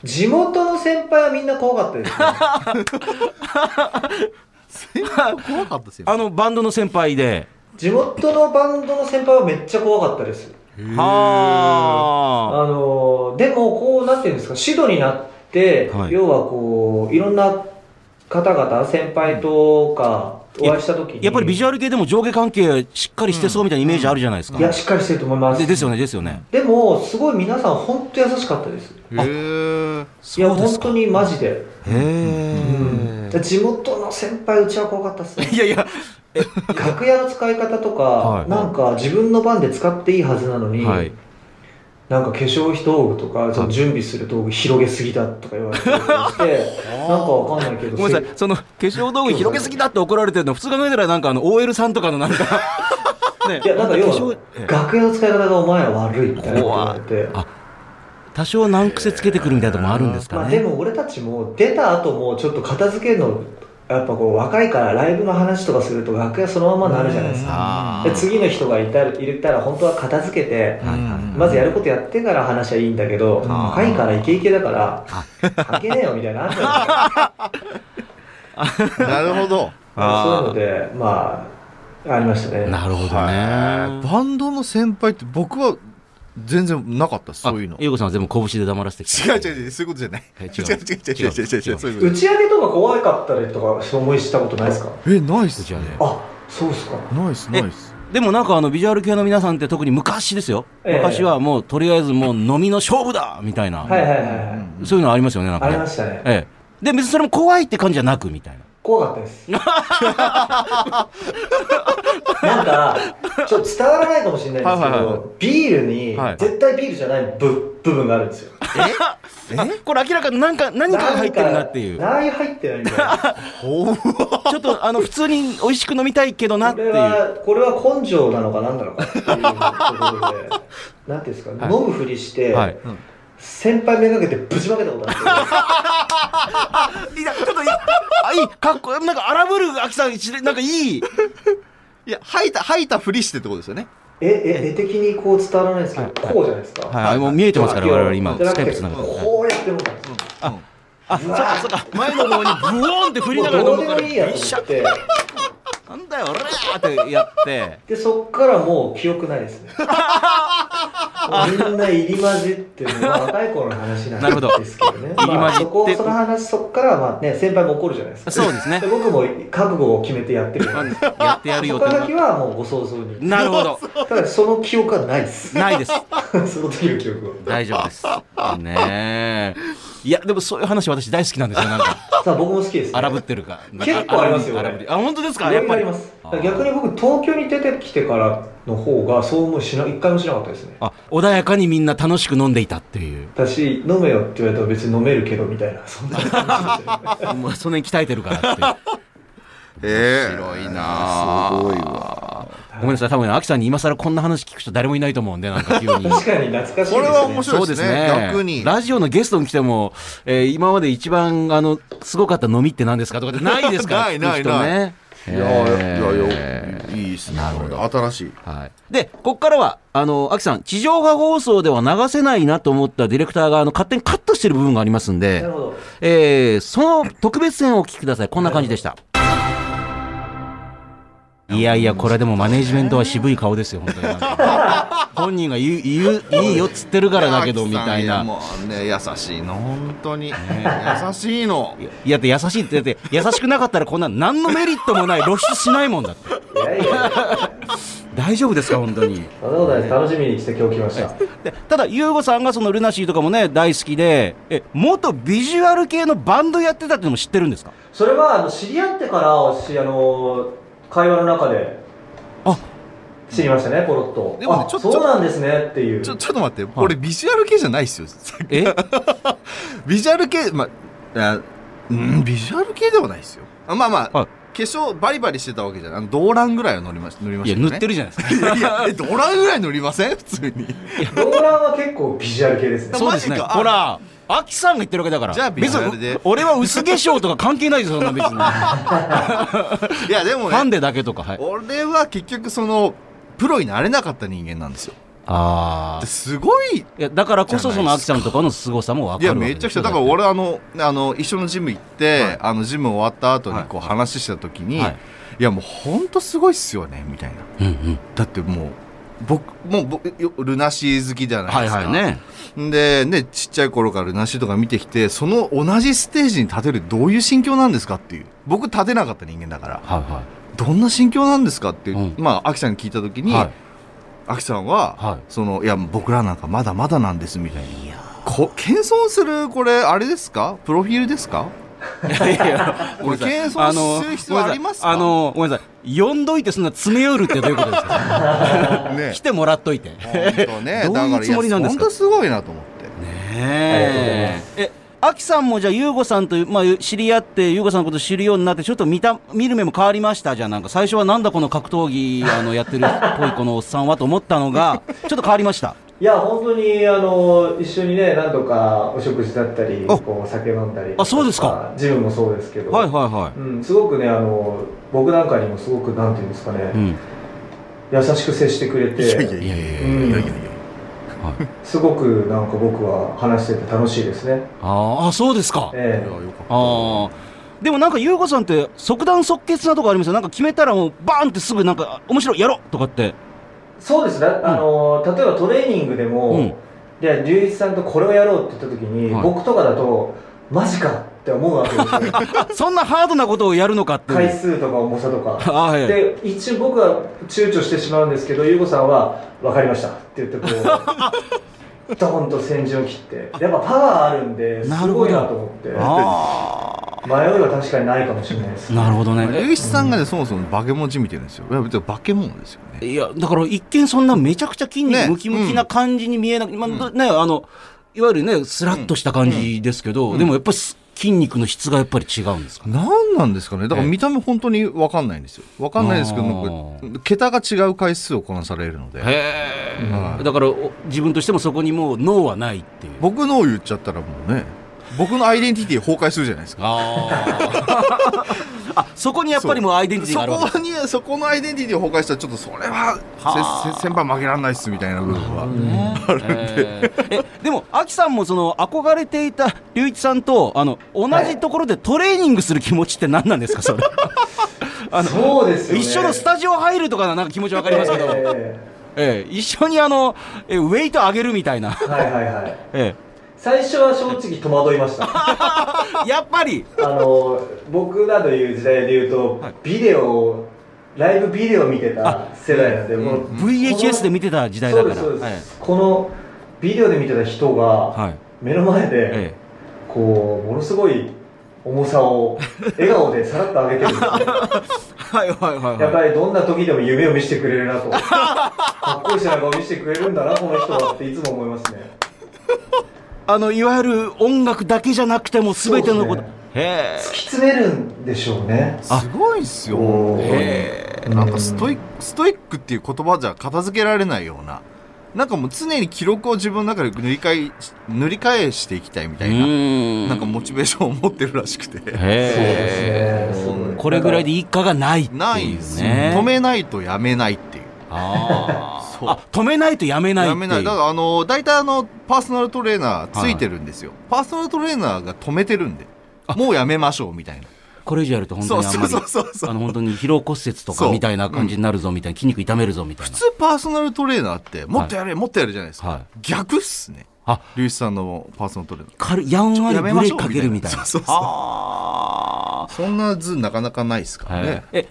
[SPEAKER 3] 地元の先輩はみんな怖かったですね
[SPEAKER 2] 怖かったですよ
[SPEAKER 1] あのバンドの先輩で
[SPEAKER 3] 地元のバンドの先輩はめっちゃ怖かったです
[SPEAKER 1] はあ。
[SPEAKER 3] あのでもこうなんていうんですかシドになって、
[SPEAKER 1] はい
[SPEAKER 3] 要はこういろんな方々先輩とかお会いした時に
[SPEAKER 1] やっぱりビジュアル系でも上下関係しっかりしてそうみたいなイメージあるじゃないですか。
[SPEAKER 3] いやしっかりしてると思います
[SPEAKER 1] でですよね、ですよね。
[SPEAKER 3] でもすごい皆さん本当優しかったです
[SPEAKER 2] へえ
[SPEAKER 3] いや
[SPEAKER 1] そうです
[SPEAKER 3] 本
[SPEAKER 1] か
[SPEAKER 3] 当にマジで、
[SPEAKER 1] へえ。
[SPEAKER 3] うん地元の先輩うちは怖かったっすね
[SPEAKER 1] いやいや、
[SPEAKER 3] 楽屋の使い方とか、
[SPEAKER 1] はい
[SPEAKER 3] なんか自分の番で使っていいはずなのに、
[SPEAKER 1] はい
[SPEAKER 3] なんか化粧品道具とかその準備する道具広げすぎだとか言わ れたりとかしてなんかわかんないけど
[SPEAKER 1] ごめんなさい、その化粧道具広げすぎだって怒られてるの、普通考えたらなんかあの OL さんとかのなんか、ね
[SPEAKER 3] いや、なんか要は、
[SPEAKER 1] ええ
[SPEAKER 3] 楽屋の使い方がお前は悪いみたいなこと言われて。
[SPEAKER 1] あ多少難癖つけてくるみたいなとこもあるんです
[SPEAKER 3] ま
[SPEAKER 1] か
[SPEAKER 3] あで
[SPEAKER 1] ね。
[SPEAKER 3] も俺たちも出た後もちょっと片付けるの、やっぱこう若いからライブの話とかすると楽屋そのままになるじゃないですか。
[SPEAKER 1] あ
[SPEAKER 3] で次の人がいたら入れたら本当は片付けて、
[SPEAKER 1] はいはい
[SPEAKER 3] まずやることやってから話はいいんだけ
[SPEAKER 1] あ
[SPEAKER 3] ど、
[SPEAKER 1] ー
[SPEAKER 3] 若いからイケイケだから、関係ねえよみたいなのあったじゃないですか。
[SPEAKER 2] なるほど
[SPEAKER 1] あー
[SPEAKER 3] そういうので、まあ、ありましたね。
[SPEAKER 1] なるほどね。
[SPEAKER 2] はいバンドの先輩って僕は全然なかったそういうの
[SPEAKER 1] あゆうこさんは全部拳で黙らせてき
[SPEAKER 2] 違
[SPEAKER 1] た
[SPEAKER 2] う違う違うそういうことじゃない
[SPEAKER 1] え
[SPEAKER 2] 違う
[SPEAKER 1] 違う
[SPEAKER 2] 違う違う違う違う違う違うそういう
[SPEAKER 3] 打
[SPEAKER 2] こ
[SPEAKER 3] ち上げとか怖かったりとか、そう思いしたことないですか
[SPEAKER 2] とえないっす
[SPEAKER 1] うちはね
[SPEAKER 3] あ、そうっすか。
[SPEAKER 2] ないっすないっす
[SPEAKER 1] でもなんかあのビジュアル系の皆さんって特に昔ですよ、
[SPEAKER 3] ええ
[SPEAKER 1] 昔はもうとりあえずもう飲みの勝負だみたいな、
[SPEAKER 3] はいはいはいは
[SPEAKER 2] う
[SPEAKER 3] い。
[SPEAKER 2] ん
[SPEAKER 1] そういうのありますよねなんか
[SPEAKER 3] あ
[SPEAKER 1] ね
[SPEAKER 3] りましたね。
[SPEAKER 1] ええ、で別にそれも怖いって感じじゃなくみたいな
[SPEAKER 3] 怖かっ たです。なんか、ちょっと伝わらないかもしれないんですけど、
[SPEAKER 1] はいはいはい
[SPEAKER 3] ビールに、
[SPEAKER 1] はい
[SPEAKER 3] 絶対ビールじゃない部部分があるんですよ。
[SPEAKER 1] え これ明らかに何か何かが入ってるなっていう
[SPEAKER 3] 何入ってないみたいな。
[SPEAKER 2] ほう
[SPEAKER 1] ちょっとあの普通に美味しく飲みたいけ どなっ
[SPEAKER 3] こ
[SPEAKER 1] て
[SPEAKER 3] れ
[SPEAKER 1] いう
[SPEAKER 3] は、これは根性なのか何なのかっていうところで、なんていうんですか、
[SPEAKER 1] い
[SPEAKER 3] 飲むふりして、
[SPEAKER 1] はい
[SPEAKER 3] 先輩めがけてぶちまけたことあるんですよ。
[SPEAKER 1] いやちょっといいあいいかっこなんか荒ぶる秋さん一連なんかいい
[SPEAKER 2] いや吐いた吐いたふりしてってことですよね
[SPEAKER 3] え、え、絵的にこう伝わらないですけど、こうじゃないですか。
[SPEAKER 1] はいもう見えてますから
[SPEAKER 3] こう
[SPEAKER 1] 我々今
[SPEAKER 3] じゃな
[SPEAKER 1] ス
[SPEAKER 3] く
[SPEAKER 1] カイ
[SPEAKER 3] て
[SPEAKER 1] プつながってはい
[SPEAKER 3] こうやって飲むんですよ。
[SPEAKER 1] あそっかそっか前の方にブオーンって振りな
[SPEAKER 3] もう
[SPEAKER 1] がら
[SPEAKER 3] ど
[SPEAKER 1] 飲
[SPEAKER 3] う
[SPEAKER 1] む
[SPEAKER 3] で
[SPEAKER 1] か
[SPEAKER 3] も
[SPEAKER 1] ら
[SPEAKER 3] いいや
[SPEAKER 1] 一緒
[SPEAKER 3] と思って。
[SPEAKER 1] なんだよ俺ーってや って
[SPEAKER 3] でそっからもう記憶な いですねもうみんな入り混じってもう若い頃の話
[SPEAKER 1] なるほど
[SPEAKER 3] なんですけどね
[SPEAKER 1] 入り混じって
[SPEAKER 3] そこその話そっからはまあね先輩も怒るじゃないですか
[SPEAKER 1] そうですね
[SPEAKER 3] で僕も覚悟を決めてやってるじゃないですか
[SPEAKER 1] やってやるよ
[SPEAKER 3] そ
[SPEAKER 1] って
[SPEAKER 3] こだけはもうご想像に
[SPEAKER 1] なるほど
[SPEAKER 3] ただその記憶はないです
[SPEAKER 1] ないです
[SPEAKER 3] その時の記憶は
[SPEAKER 1] 大丈夫ですねえいやでもそういう話私大好きなんですよなんか
[SPEAKER 3] さあ僕も好きです、ね、
[SPEAKER 1] 荒ぶってるか
[SPEAKER 3] 結構ありますよ
[SPEAKER 1] 荒ぶりあ本当ですか
[SPEAKER 3] いろ
[SPEAKER 1] や
[SPEAKER 3] い
[SPEAKER 1] っ
[SPEAKER 3] ろあ
[SPEAKER 1] ぱ
[SPEAKER 3] り
[SPEAKER 1] り
[SPEAKER 3] ます
[SPEAKER 1] あー
[SPEAKER 3] 逆に僕東京に出てきてからの方がそう思うしな一回もしなかったですね
[SPEAKER 1] あ穏やかにみんな楽しく飲んでいたっていう
[SPEAKER 3] 私飲めよって言われたら別に飲めるけどみたいなそんな感じでしたね
[SPEAKER 1] もうその辺鍛えてるからっていう
[SPEAKER 2] ええ
[SPEAKER 1] 白いなあ
[SPEAKER 2] すごいわ
[SPEAKER 1] ごめんなさい多分ね秋さんに今更こんな話聞く人誰もいないと思うんでなんか急に
[SPEAKER 3] 確かに懐かしいですね。
[SPEAKER 2] これは面白い
[SPEAKER 1] そうですね
[SPEAKER 2] 逆に
[SPEAKER 1] ラジオのゲストに来ても、えー今まで一番あのすごかった飲みって何ですかとかってないですから
[SPEAKER 2] ないない
[SPEAKER 1] 聞く人ね
[SPEAKER 2] いやい
[SPEAKER 1] え
[SPEAKER 2] や
[SPEAKER 1] ー
[SPEAKER 2] いやいいですねこれ新しい
[SPEAKER 1] はい、でここからはあの秋さん地上波放送では流せないなと思ったディレクターがあの勝手にカットしてる部分がありますん
[SPEAKER 3] な
[SPEAKER 1] で
[SPEAKER 3] る、ほど。
[SPEAKER 1] えーその特別編をお聞きくださいこんな感じでしたいやいやこれでもマネージメントは渋い顔ですよ本当になんか本人が言う言ういいよっつってるからだけど
[SPEAKER 2] や
[SPEAKER 1] みたい
[SPEAKER 2] 秋さんや
[SPEAKER 1] な
[SPEAKER 2] もうね優しいの本当に、優しいの
[SPEAKER 1] いやいやだって優しいってだって優しくなかったらこんな何のメリットもない露出しないもんだって
[SPEAKER 3] いやいや、
[SPEAKER 1] 大丈夫ですか本当に
[SPEAKER 3] そんなことないです。楽しみにして今日来ました。
[SPEAKER 1] でただ優吾さんがそのルナシーとかもね大好きでえ元ビジュアル系のバンドやってたっていうのも知ってるんですか
[SPEAKER 3] それは、あの、知り合ってから、私、あの、会話の中で
[SPEAKER 1] あ
[SPEAKER 3] 知りましたね、ポロッと。
[SPEAKER 2] でもね
[SPEAKER 3] あ
[SPEAKER 2] ちょっと
[SPEAKER 3] そうなんですねっていう。
[SPEAKER 2] ちょちょっと待って、これビジュアル系じゃないっすよ
[SPEAKER 1] え
[SPEAKER 2] ビジュアル系まあうんビジュアル系ではないっすよあまあまあ、
[SPEAKER 1] はい
[SPEAKER 2] 化粧バリバリしてたわけじゃないあの動乱ぐらいは乗りまし乗りま
[SPEAKER 1] い
[SPEAKER 2] し
[SPEAKER 1] や
[SPEAKER 2] たよね
[SPEAKER 1] 塗ってるじゃないですか
[SPEAKER 2] いやいやえ動乱ぐらい乗りません普通 に
[SPEAKER 3] 動乱は結構ビジュアル系ですね。
[SPEAKER 1] そうですね
[SPEAKER 2] マジか
[SPEAKER 1] ほらアキさんが言ってるわけだから
[SPEAKER 2] じゃあビジュアルで
[SPEAKER 1] 別に俺は薄化粧とか関係ないですよそんな別 にフ
[SPEAKER 2] いやでも
[SPEAKER 1] ァン
[SPEAKER 2] ね
[SPEAKER 1] でだけとかはい
[SPEAKER 2] 俺は結局そのプロになれなかった人間なんですよ
[SPEAKER 1] ああ
[SPEAKER 2] すごい
[SPEAKER 1] いやだからこそ
[SPEAKER 2] じ
[SPEAKER 1] その
[SPEAKER 2] ゃない
[SPEAKER 1] あ
[SPEAKER 2] で
[SPEAKER 1] き
[SPEAKER 2] す
[SPEAKER 1] さんとかの凄さも分か
[SPEAKER 2] い
[SPEAKER 1] る
[SPEAKER 2] や
[SPEAKER 1] わけ
[SPEAKER 2] め
[SPEAKER 1] で
[SPEAKER 2] ちゃく
[SPEAKER 1] す
[SPEAKER 2] ちゃ
[SPEAKER 1] よ
[SPEAKER 2] だから俺あのあの一緒のジム行って、あのジム終わった後にこう話した時に、
[SPEAKER 1] はいい、
[SPEAKER 2] やもうほんとすごいっすよねみたいな
[SPEAKER 1] うんうん
[SPEAKER 2] だってもう僕もう僕よルナシー好きじゃない
[SPEAKER 1] は
[SPEAKER 2] で
[SPEAKER 1] い
[SPEAKER 2] すか、
[SPEAKER 1] はいね
[SPEAKER 2] でねちっちゃい頃からルナシーとか見てきてその同じステージに立てるどういう心境なんですかっていう僕立てなかった人間だから
[SPEAKER 1] はいは
[SPEAKER 2] どんな心境なんですかって、
[SPEAKER 1] うん
[SPEAKER 2] まあアキさんに聞いた時
[SPEAKER 1] い
[SPEAKER 2] に、
[SPEAKER 1] はい
[SPEAKER 2] アキさんは、
[SPEAKER 1] はい
[SPEAKER 2] そのいや僕らなんかまだまだなんですみたいなこ謙遜するこれあれですかプロフィールですか
[SPEAKER 1] いやい や、ごめんなさい
[SPEAKER 2] 謙遜する必要ありますか
[SPEAKER 1] あの、ごめんなさい、呼んどいてそんな詰め寄るってどういうことですか
[SPEAKER 2] ね
[SPEAKER 1] 来てもらっといて。ね
[SPEAKER 2] 本当ね
[SPEAKER 1] どういうつもりなんですか
[SPEAKER 2] だらいや本当すごいなと思って
[SPEAKER 3] ありがとうございま
[SPEAKER 1] え。え、アキさんもじゃあ、ユーゴさんという、まあ、知り合って、ユーゴさんのこと知るようになって、ちょっと見た、見る目も変わりましたじゃん。なんか、最初はなんだこの格闘技、あの、やってるっぽいこのおっさんはと思ったの が、ちょっと変わりました。
[SPEAKER 3] いや本当にあの一緒にね何度かお食事だったり
[SPEAKER 1] あ
[SPEAKER 3] こう酒飲んだり
[SPEAKER 1] あそうですか
[SPEAKER 3] ジムもそうですけど、
[SPEAKER 1] はいはいは
[SPEAKER 3] うん、すごくねあの僕なんかにもすごくなんていうんですかね、
[SPEAKER 1] い。うん。
[SPEAKER 3] 優しく接してくれて
[SPEAKER 1] いやいやいや
[SPEAKER 3] うん
[SPEAKER 2] いやいやいや
[SPEAKER 1] はい
[SPEAKER 3] すごくなんか僕は話してて楽しいですね、
[SPEAKER 1] あーあ、そうですか。
[SPEAKER 2] い
[SPEAKER 3] え
[SPEAKER 2] や
[SPEAKER 3] え
[SPEAKER 2] よかった
[SPEAKER 1] ああでもなんか優子さんって即断即決なとこありますよなんか決めたらもうバーンってすぐなんか面白いやろうとかって
[SPEAKER 3] そうですねあの、例えばトレーニングでも、
[SPEAKER 1] うん
[SPEAKER 3] じゃあ龍一さんとこれをやろうって言った時に、
[SPEAKER 1] はい
[SPEAKER 3] 僕とかだとマジかって思うわけですよ
[SPEAKER 1] あそんなハードなことをやるのかって いう
[SPEAKER 3] 回数とか重さとか
[SPEAKER 1] あ はい
[SPEAKER 3] で一応僕は躊躇してしまうんですけど優子さんは「分かりました」って言ってこ うドーンと先陣を切ってやっぱパワーあるんですごいなと思って迷い
[SPEAKER 1] あ
[SPEAKER 3] は確かにないかもしれないです
[SPEAKER 1] あなるほど
[SPEAKER 2] まあ
[SPEAKER 1] ね
[SPEAKER 2] 龍一さんがね、そもそも化け物じみてるんですよ。いや、別に化け物ですよね。
[SPEAKER 1] えいやだから一見そんなめちゃくちゃ筋
[SPEAKER 2] ね
[SPEAKER 1] 肉ムキムキな感じに見えなく、まあどねあのいわゆるねスラッとした感じですけど、でもやっぱりす筋肉の質がやっぱり違うんですかね
[SPEAKER 2] 何なんですかねだから見た目本当に分かんないんですよ。分かんないですけど、
[SPEAKER 1] あ
[SPEAKER 2] な
[SPEAKER 1] ー
[SPEAKER 2] んか桁が違う回数をこなされるので。
[SPEAKER 1] へ
[SPEAKER 2] は
[SPEAKER 1] え
[SPEAKER 2] い
[SPEAKER 1] だからお自分としてもそこにもう脳はないっていう
[SPEAKER 2] 僕のを言っちゃったらもうね、僕のアイデンティティ崩壊するじゃないですか。
[SPEAKER 1] あーあそこにやっぱりもうアイデンティティ
[SPEAKER 2] そ
[SPEAKER 1] があるわけ
[SPEAKER 2] こに、そこのアイデンティティを崩壊したら、ちょっとそれは、
[SPEAKER 1] はあ
[SPEAKER 2] せせ先輩負けらんないっすみたいな部分は。
[SPEAKER 1] ねえーえでも、アキさんもその憧れていた龍一さんとあの同じところでトレーニングする気持ちって何なんですか、 それあの
[SPEAKER 3] そうですよね
[SPEAKER 1] 一緒のスタジオ入るとかななんか気持ちわかりますけ ど、
[SPEAKER 3] え
[SPEAKER 1] ええ一緒にあのえウェイト上げるみたいな、
[SPEAKER 3] えはいはいはい
[SPEAKER 1] え
[SPEAKER 3] 最初は正直戸惑い ましたあ
[SPEAKER 1] えやっぱり、
[SPEAKER 3] の僕らのいう時代でいうと、
[SPEAKER 1] はい
[SPEAKER 3] ビデオをライブビデオを見てた世代なんで、もう
[SPEAKER 1] VHS で見てた時代だから、
[SPEAKER 3] そうですそうですこのビデオで見てた人が、
[SPEAKER 1] はいはい
[SPEAKER 3] 目の前で、
[SPEAKER 1] え
[SPEAKER 3] こうものすごい重さを笑顔でさらっと上げてるんですね
[SPEAKER 1] え はいはいはい
[SPEAKER 3] やっ
[SPEAKER 1] はい
[SPEAKER 3] ぱりどんな時でも夢を見せてくれるなとかっこいい背中を見せてくれるんだなこの人はっていつも思いますね
[SPEAKER 1] あのいわゆる音楽だけじゃなくても、すべてのこと、
[SPEAKER 3] そうですね
[SPEAKER 1] へ
[SPEAKER 3] 突き詰めるんでしょうね
[SPEAKER 1] あ
[SPEAKER 2] すごいっすよ、
[SPEAKER 3] お
[SPEAKER 1] え
[SPEAKER 3] ー
[SPEAKER 1] へえ
[SPEAKER 3] うん
[SPEAKER 2] なんかストイックストイックっていう言葉じゃ片付けられないようななんかもう常に記録を自分の中で塗り替えし塗り替えしていきたいみたいな、
[SPEAKER 1] な
[SPEAKER 2] なんかモチベーションを持ってるらしくて、
[SPEAKER 3] そうです
[SPEAKER 1] へえ
[SPEAKER 3] ねすごい
[SPEAKER 1] これぐらいで一家がないっていうね
[SPEAKER 2] ないんですよ、止めないとやめないっていう
[SPEAKER 1] あー
[SPEAKER 2] そう
[SPEAKER 1] あ止めないとやめないってい
[SPEAKER 2] や
[SPEAKER 1] う
[SPEAKER 2] めないだからあの大体あのパーソナルトレーナーついてるんですよ、パーソナルトレーナーが止めてるんでもうやめましょうみたいな
[SPEAKER 1] これ以上やると本当
[SPEAKER 2] そう
[SPEAKER 1] にあん
[SPEAKER 2] そ
[SPEAKER 1] ま
[SPEAKER 2] う
[SPEAKER 1] り
[SPEAKER 2] そうそうそう
[SPEAKER 1] あの本当に疲労骨折と
[SPEAKER 2] そ
[SPEAKER 1] か
[SPEAKER 2] う
[SPEAKER 1] みたいな感じになるぞみたいな、筋肉痛めるぞみたい
[SPEAKER 2] 普
[SPEAKER 1] な
[SPEAKER 2] 通パーソナルトレーナーってもっとやれ、もっとやるじゃないですか、
[SPEAKER 1] はい
[SPEAKER 2] 逆っすね
[SPEAKER 1] あ
[SPEAKER 2] 龍一さんのパーソナルトレーナー
[SPEAKER 1] 軽いやんわり
[SPEAKER 2] や
[SPEAKER 1] ブレ
[SPEAKER 2] めま
[SPEAKER 1] ー
[SPEAKER 2] しょ
[SPEAKER 1] キ
[SPEAKER 2] う
[SPEAKER 1] かけるみたいな
[SPEAKER 2] そうそうそう
[SPEAKER 1] あ
[SPEAKER 2] そんな図なかなかないですか
[SPEAKER 1] ー
[SPEAKER 2] らね。
[SPEAKER 1] え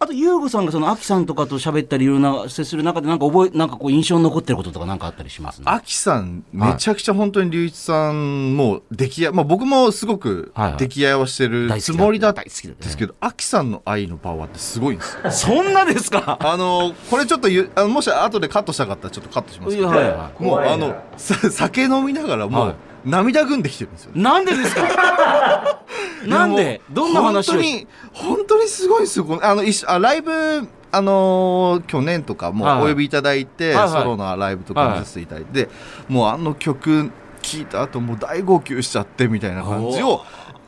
[SPEAKER 1] あと優吾さんがそのアキさんとかと喋ったりいろんな接する中でなんか覚えなんかこう印象に残ってることとかなんかあったりしますね
[SPEAKER 2] アキさん、めちゃくちゃ本当に龍一さんも出来合い、まあ僕もすごく
[SPEAKER 1] はいはい
[SPEAKER 2] 出来合いをしてる
[SPEAKER 1] 大好き
[SPEAKER 2] つ
[SPEAKER 1] だ
[SPEAKER 2] もりだった
[SPEAKER 1] 大
[SPEAKER 2] んで
[SPEAKER 1] 好きだ。
[SPEAKER 2] すけど、アキさんの愛のパワーってすごいんですよ
[SPEAKER 1] そんなですか
[SPEAKER 2] あの、これちょっとゆあの、もし後でカットしたかったらちょっとカットしますけど、
[SPEAKER 1] いやはいは
[SPEAKER 2] もう
[SPEAKER 3] 怖いな
[SPEAKER 2] あの、さ酒飲みながらもう、
[SPEAKER 1] はい
[SPEAKER 2] 涙ぐんできてるんですよ。
[SPEAKER 1] なんでですか なん
[SPEAKER 2] いや
[SPEAKER 1] で
[SPEAKER 2] もう
[SPEAKER 1] どんな話を
[SPEAKER 2] 本当に本当にすごいですよこのあの一緒あライブあのー去年とかも
[SPEAKER 1] はいはい
[SPEAKER 2] お呼びいただいて、
[SPEAKER 1] はいはい
[SPEAKER 2] ソロのライブとか見させていただいて、もうあの曲聴いた後もう大号泣しちゃってみたいな 感じを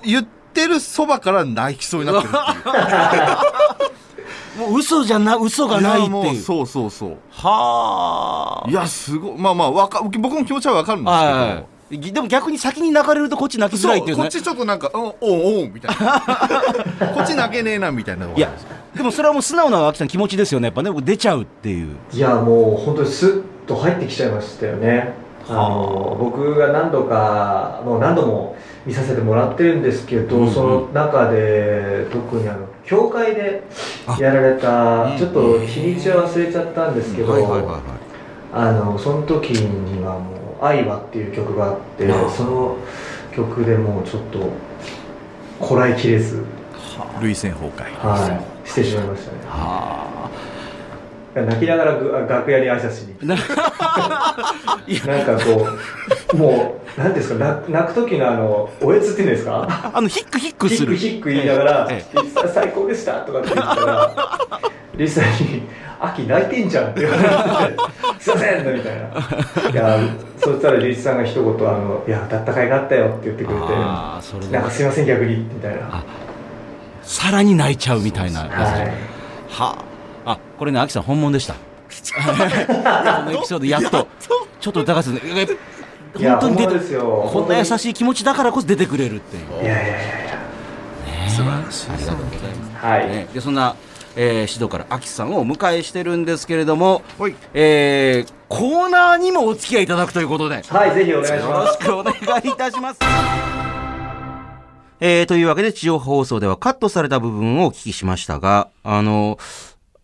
[SPEAKER 2] 言ってるそばから泣きそうになってるっていう
[SPEAKER 1] もう嘘じゃな嘘がないって
[SPEAKER 2] やもう
[SPEAKER 1] いう
[SPEAKER 2] そうそうそう
[SPEAKER 1] はあ
[SPEAKER 2] いやすごいまあまあわか僕も気持ちはわかるんですけど、
[SPEAKER 1] はいはいぎでも逆に先に泣かれるとこっち泣きづらいっていう
[SPEAKER 2] こ
[SPEAKER 1] ね
[SPEAKER 2] っちちょっとなんか、うん、おんおんみたいな。 こっち泣けねえなみたいなとこ
[SPEAKER 1] い
[SPEAKER 2] あ
[SPEAKER 1] や
[SPEAKER 2] るんですよ。
[SPEAKER 1] でもそれはもう素直な秋さん気持ちですよねやっぱね僕出ちゃうっていう
[SPEAKER 3] いやもう本当にスッと入ってきちゃいましたよねあの僕が何度かもう何度も見させてもらってるんですけど、
[SPEAKER 1] うんうん
[SPEAKER 3] その中で特にあの教会でやられ
[SPEAKER 2] あ
[SPEAKER 3] たちょっと日にちは忘れちゃったんですけど、
[SPEAKER 2] い。
[SPEAKER 3] あのその時にはもう「愛は」っていう曲があって
[SPEAKER 1] ああ
[SPEAKER 3] その曲でもうちょっとこらえきれず、
[SPEAKER 2] 涙腺崩壊。
[SPEAKER 3] はい、してしまいましたね
[SPEAKER 1] はあ
[SPEAKER 3] いや泣きながらぐあ楽屋に挨拶しに行って
[SPEAKER 1] な
[SPEAKER 3] なんかこう、もう、なんていうんですか、泣泣く時のあの、おえつっていうんですか、
[SPEAKER 1] あのヒックヒック
[SPEAKER 3] ヒ
[SPEAKER 1] す
[SPEAKER 3] ック
[SPEAKER 1] る
[SPEAKER 3] ヒック言いながら、
[SPEAKER 1] え
[SPEAKER 3] リスさん最高でしたとかって言ったら、リスさんに、秋泣いてんじゃんって言われて、すいませんみたいな。いや、そしたらリスさんが一言、あの、いや、だったかいがあったよって言ってくれて、
[SPEAKER 1] ああそれで
[SPEAKER 3] なんかすいません逆に、みたいな。
[SPEAKER 1] あさらに泣いちゃうみたいな
[SPEAKER 3] はい。
[SPEAKER 1] はあ、あこれね、アキさん本物 でした。このエピソードやっと、ちょっと疑ってたね
[SPEAKER 3] いや、
[SPEAKER 1] 本当に出
[SPEAKER 3] ほん
[SPEAKER 1] て
[SPEAKER 3] まですよ。
[SPEAKER 1] こんな優
[SPEAKER 3] 本
[SPEAKER 1] しい気持ちだからこそ出てくれるっていう。
[SPEAKER 3] 当にいやいやいやいや。
[SPEAKER 2] 素晴らしい
[SPEAKER 1] ありがとうございます。
[SPEAKER 3] はい。
[SPEAKER 1] ね、でそんな、えー、指導からアキさんをお迎えしてるんですけれども、
[SPEAKER 2] はい。
[SPEAKER 1] えー、コーナーにもお付き合いいただくということで。
[SPEAKER 3] はい、ぜひお願いし
[SPEAKER 1] よ
[SPEAKER 3] ま
[SPEAKER 1] ろ
[SPEAKER 3] す
[SPEAKER 1] し。くお願いいたします。えー、というわけで、地上波放送ではカットされた部分をお聞きしましたが、あの、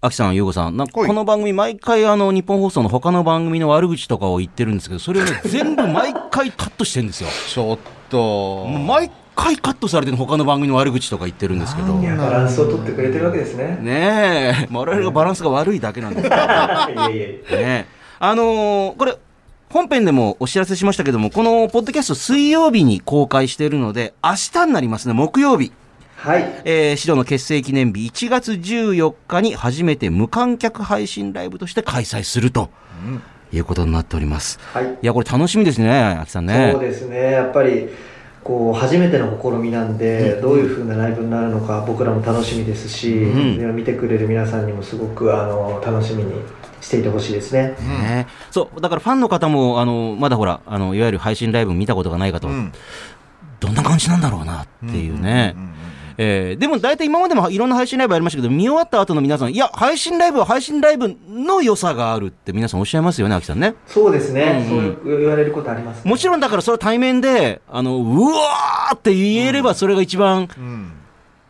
[SPEAKER 1] アキさん、ユうゴさん、なんか
[SPEAKER 2] はい
[SPEAKER 1] この番組、毎回、あの、日本放送の他の番組の悪口とかを言ってるんですけど、それを ね、全部毎回カットしてるんですよ。
[SPEAKER 2] ちょっと。
[SPEAKER 1] もう毎回カットされてる他の番組の悪口とか言ってるんですけど
[SPEAKER 2] なん
[SPEAKER 3] い
[SPEAKER 2] だ。
[SPEAKER 3] や、バランスを取ってくれてるわけですね。
[SPEAKER 1] ねえ、我々がバランスが悪いだけなんですけどね。
[SPEAKER 3] いえいえ。
[SPEAKER 1] ねあのーこれ、本編でもお知らせしましたけども、このポッドキャスト水曜日に公開しているので、明日になりますね、木曜日。
[SPEAKER 3] はい。
[SPEAKER 1] えー、シドの結成記念日1月14日に初めて無観客配信ライブとして開催すると
[SPEAKER 2] うん
[SPEAKER 1] いうことになっております。
[SPEAKER 3] はい。
[SPEAKER 1] いや、これ楽しみですね、秋さんね。
[SPEAKER 3] そうですね。やっぱり、こう、初めての試みなんで、どういう風なライブになるのか、僕らも楽しみですし、
[SPEAKER 1] うん
[SPEAKER 3] で見てくれる皆さんにもすごく、あの、楽しみにしていてほしいですね。
[SPEAKER 1] ねそう、だからファンの方も、あの、まだほら、あの、いわゆる配信ライブ見たことがない方は、
[SPEAKER 2] うん
[SPEAKER 1] どんな感じなんだろうなっていうね。
[SPEAKER 2] うんうんうん
[SPEAKER 1] えーでも大体今までもいろんな配信ライブありましたけど、見終わった後の皆さん、いや、配信ライブは配信ライブの良さがあるって皆さんおっしゃいますよね、秋さんね。
[SPEAKER 3] そうですね。
[SPEAKER 1] うんうん
[SPEAKER 3] そう言われることあります、ね。
[SPEAKER 1] もちろんだからそれは対面で、あの、うわーって言えればそれが一番
[SPEAKER 2] うん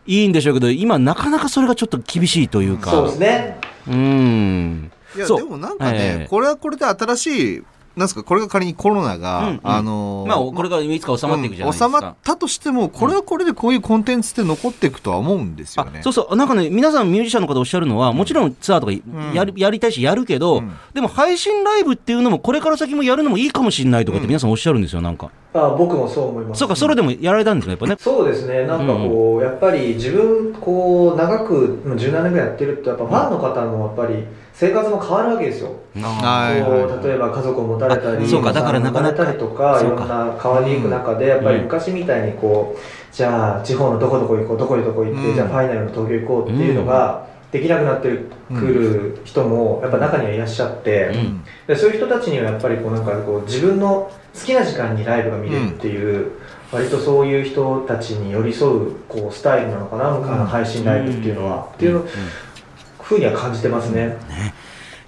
[SPEAKER 1] いいんでしょうけど、今なかなかそれがちょっと厳しいというか。
[SPEAKER 3] そうですね。
[SPEAKER 1] うーん。
[SPEAKER 2] いや、で
[SPEAKER 1] そう
[SPEAKER 2] もなんか
[SPEAKER 1] え
[SPEAKER 2] ね
[SPEAKER 1] え、
[SPEAKER 2] これはこれで新しい、なんですか、これが仮にコロナ
[SPEAKER 1] うんうん
[SPEAKER 2] が、あのー、
[SPEAKER 1] まあ、これがいつか収まっていくじゃないですか。
[SPEAKER 2] うん収まったとしても、これはこれでこういうコンテンツって残っていくとは思うんですよね
[SPEAKER 1] あ。そうそう、なんかね、皆さんミュージシャンの方おっしゃるのは、もちろんツアーと
[SPEAKER 2] ん
[SPEAKER 1] かやる、やりたいし、やるけど、
[SPEAKER 2] うん
[SPEAKER 1] でも配信ライブっていうのも、これから先もやるのもいいかもしれないとかって皆さんおっしゃるんですよ、なんか。
[SPEAKER 3] あ僕もそう思います。
[SPEAKER 1] そうか、それでもやられたんですね、やっぱね。
[SPEAKER 3] そうですね、なんかこう、やっぱり自分、こう、長く、もう17年ぐらいやってると、やっぱファンの方のやっぱり、生活も変わるわけですよ。
[SPEAKER 2] はいはいはい
[SPEAKER 3] こう例えば家族を持たれた
[SPEAKER 1] あ
[SPEAKER 3] り、
[SPEAKER 1] そうか
[SPEAKER 3] お子さん
[SPEAKER 1] だからなかなか
[SPEAKER 3] を持たれたりとか、い
[SPEAKER 1] そう
[SPEAKER 3] ろ
[SPEAKER 1] か
[SPEAKER 3] んな変わりに行く中で、やっぱ
[SPEAKER 1] う
[SPEAKER 3] り
[SPEAKER 1] ん
[SPEAKER 3] 昔みたいにこう、じゃあ地方のどこどこ行こう、どこどこ行って、
[SPEAKER 2] うん
[SPEAKER 3] じゃあファイナルの東京行こうっていうのが、できなくなってくる人も、やっぱ中にはいらっしゃって、
[SPEAKER 1] うん
[SPEAKER 3] でそういう人たちにはやっぱりこうなんかこう自分の好きな時間にライブが見れるっていう、割とそういう人たちに寄り添うこうスタイルなのかな、無冠の配信ライブっていうのは、っていうふうには感じてますね。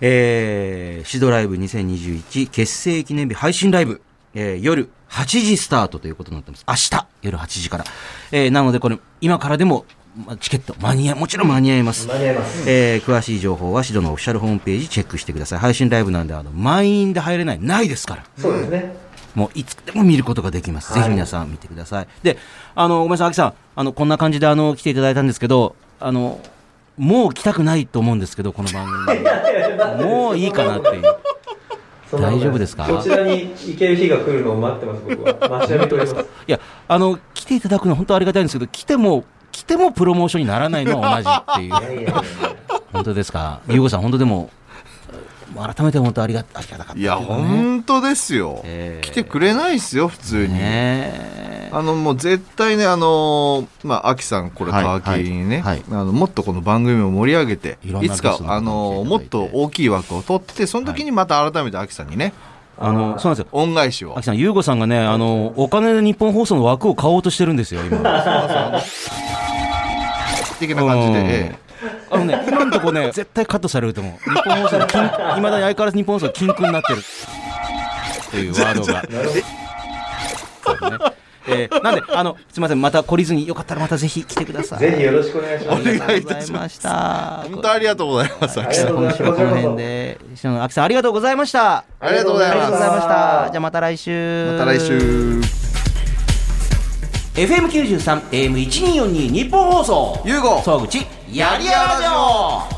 [SPEAKER 1] えー、シドライブ2021結成記念日配信ライブ、えー夜8時スタートということになってます。明日夜8時から。えーなのでこれ、今からでも、まチケット間に合い、もちろん間に合います。
[SPEAKER 3] 間に合います。
[SPEAKER 1] えー詳しい情報はシドのオフィシャルホームページチェックしてください。配信ライブなんで、あの、満員で入れない、ないですから。
[SPEAKER 3] そうですね。
[SPEAKER 1] もういつでも見ることができます。
[SPEAKER 3] はい
[SPEAKER 1] ぜひ皆さん見てください。で、あの、ごめんなさい、秋さん。あの、こんな感じであの、来ていただいたんですけど、あの、もう来たくないと思うんですけど、この番組。もういいかなっていう。
[SPEAKER 3] そんな
[SPEAKER 1] 大
[SPEAKER 3] ことない
[SPEAKER 1] 丈夫ですか
[SPEAKER 3] こちらに行ける日が来るのを待ってます、僕は。待ちわびております。
[SPEAKER 1] いや、あの、来ていただくのは本当ありがたいんですけど、来ても、来てもプロモーションにならないのは同じってい
[SPEAKER 3] いや
[SPEAKER 1] う。
[SPEAKER 3] いやいや
[SPEAKER 1] 本当ですか。ゆうごさん、本当でも、改めて本当ありがありがたかった、
[SPEAKER 2] いや、本当ですよ。
[SPEAKER 1] えー
[SPEAKER 2] 来てくれないですよ、普通に。
[SPEAKER 1] ねえね。
[SPEAKER 2] あのもう絶対ねあのーまあ秋さんこれ
[SPEAKER 4] はい
[SPEAKER 2] 皮切りにね、
[SPEAKER 4] はいはい
[SPEAKER 2] あのもっとこの番組を盛り上げて
[SPEAKER 4] いろん
[SPEAKER 2] い
[SPEAKER 4] な
[SPEAKER 2] つか
[SPEAKER 4] ゲストの方
[SPEAKER 2] あのーもっ
[SPEAKER 4] 来ていただ
[SPEAKER 2] と
[SPEAKER 4] いて
[SPEAKER 2] 大きい枠を取ってその時にまた改めて秋さんにね
[SPEAKER 1] あの、そうなんですよ。
[SPEAKER 2] 恩返しを
[SPEAKER 1] あきさん、ゆうごさんがね、あの、お金で日本放送の枠を買おうとしてるんですよ、今。
[SPEAKER 2] 的な感じで、
[SPEAKER 1] うん
[SPEAKER 2] ええ
[SPEAKER 1] あのね、今のとこね、絶対カットされると思う。日本放送の禁、いまだに相変わらず日本放送の禁句になってる。っていうワードが。そうねえーなんで、あの、すみません、また懲りずに、よかったらまたぜひ来てください。
[SPEAKER 3] ぜひよろしくお願いしま
[SPEAKER 1] あ
[SPEAKER 3] す。
[SPEAKER 1] りがとう
[SPEAKER 2] い
[SPEAKER 1] ございました。
[SPEAKER 2] 本当ありがとうございます
[SPEAKER 3] あ
[SPEAKER 2] 秋
[SPEAKER 3] り
[SPEAKER 2] さ
[SPEAKER 3] がとうご
[SPEAKER 1] 今
[SPEAKER 3] ざいます
[SPEAKER 1] 週はこの辺で、篠野亜紀さんありがとうございました。
[SPEAKER 2] んありがとうござい
[SPEAKER 1] ありが
[SPEAKER 2] ま
[SPEAKER 1] とう
[SPEAKER 2] す
[SPEAKER 1] ございました。じゃあまた来週。
[SPEAKER 2] また来。週
[SPEAKER 1] FM 九十三 AM 一二四二日本放送。
[SPEAKER 2] ゆうご
[SPEAKER 1] 総口やりやろう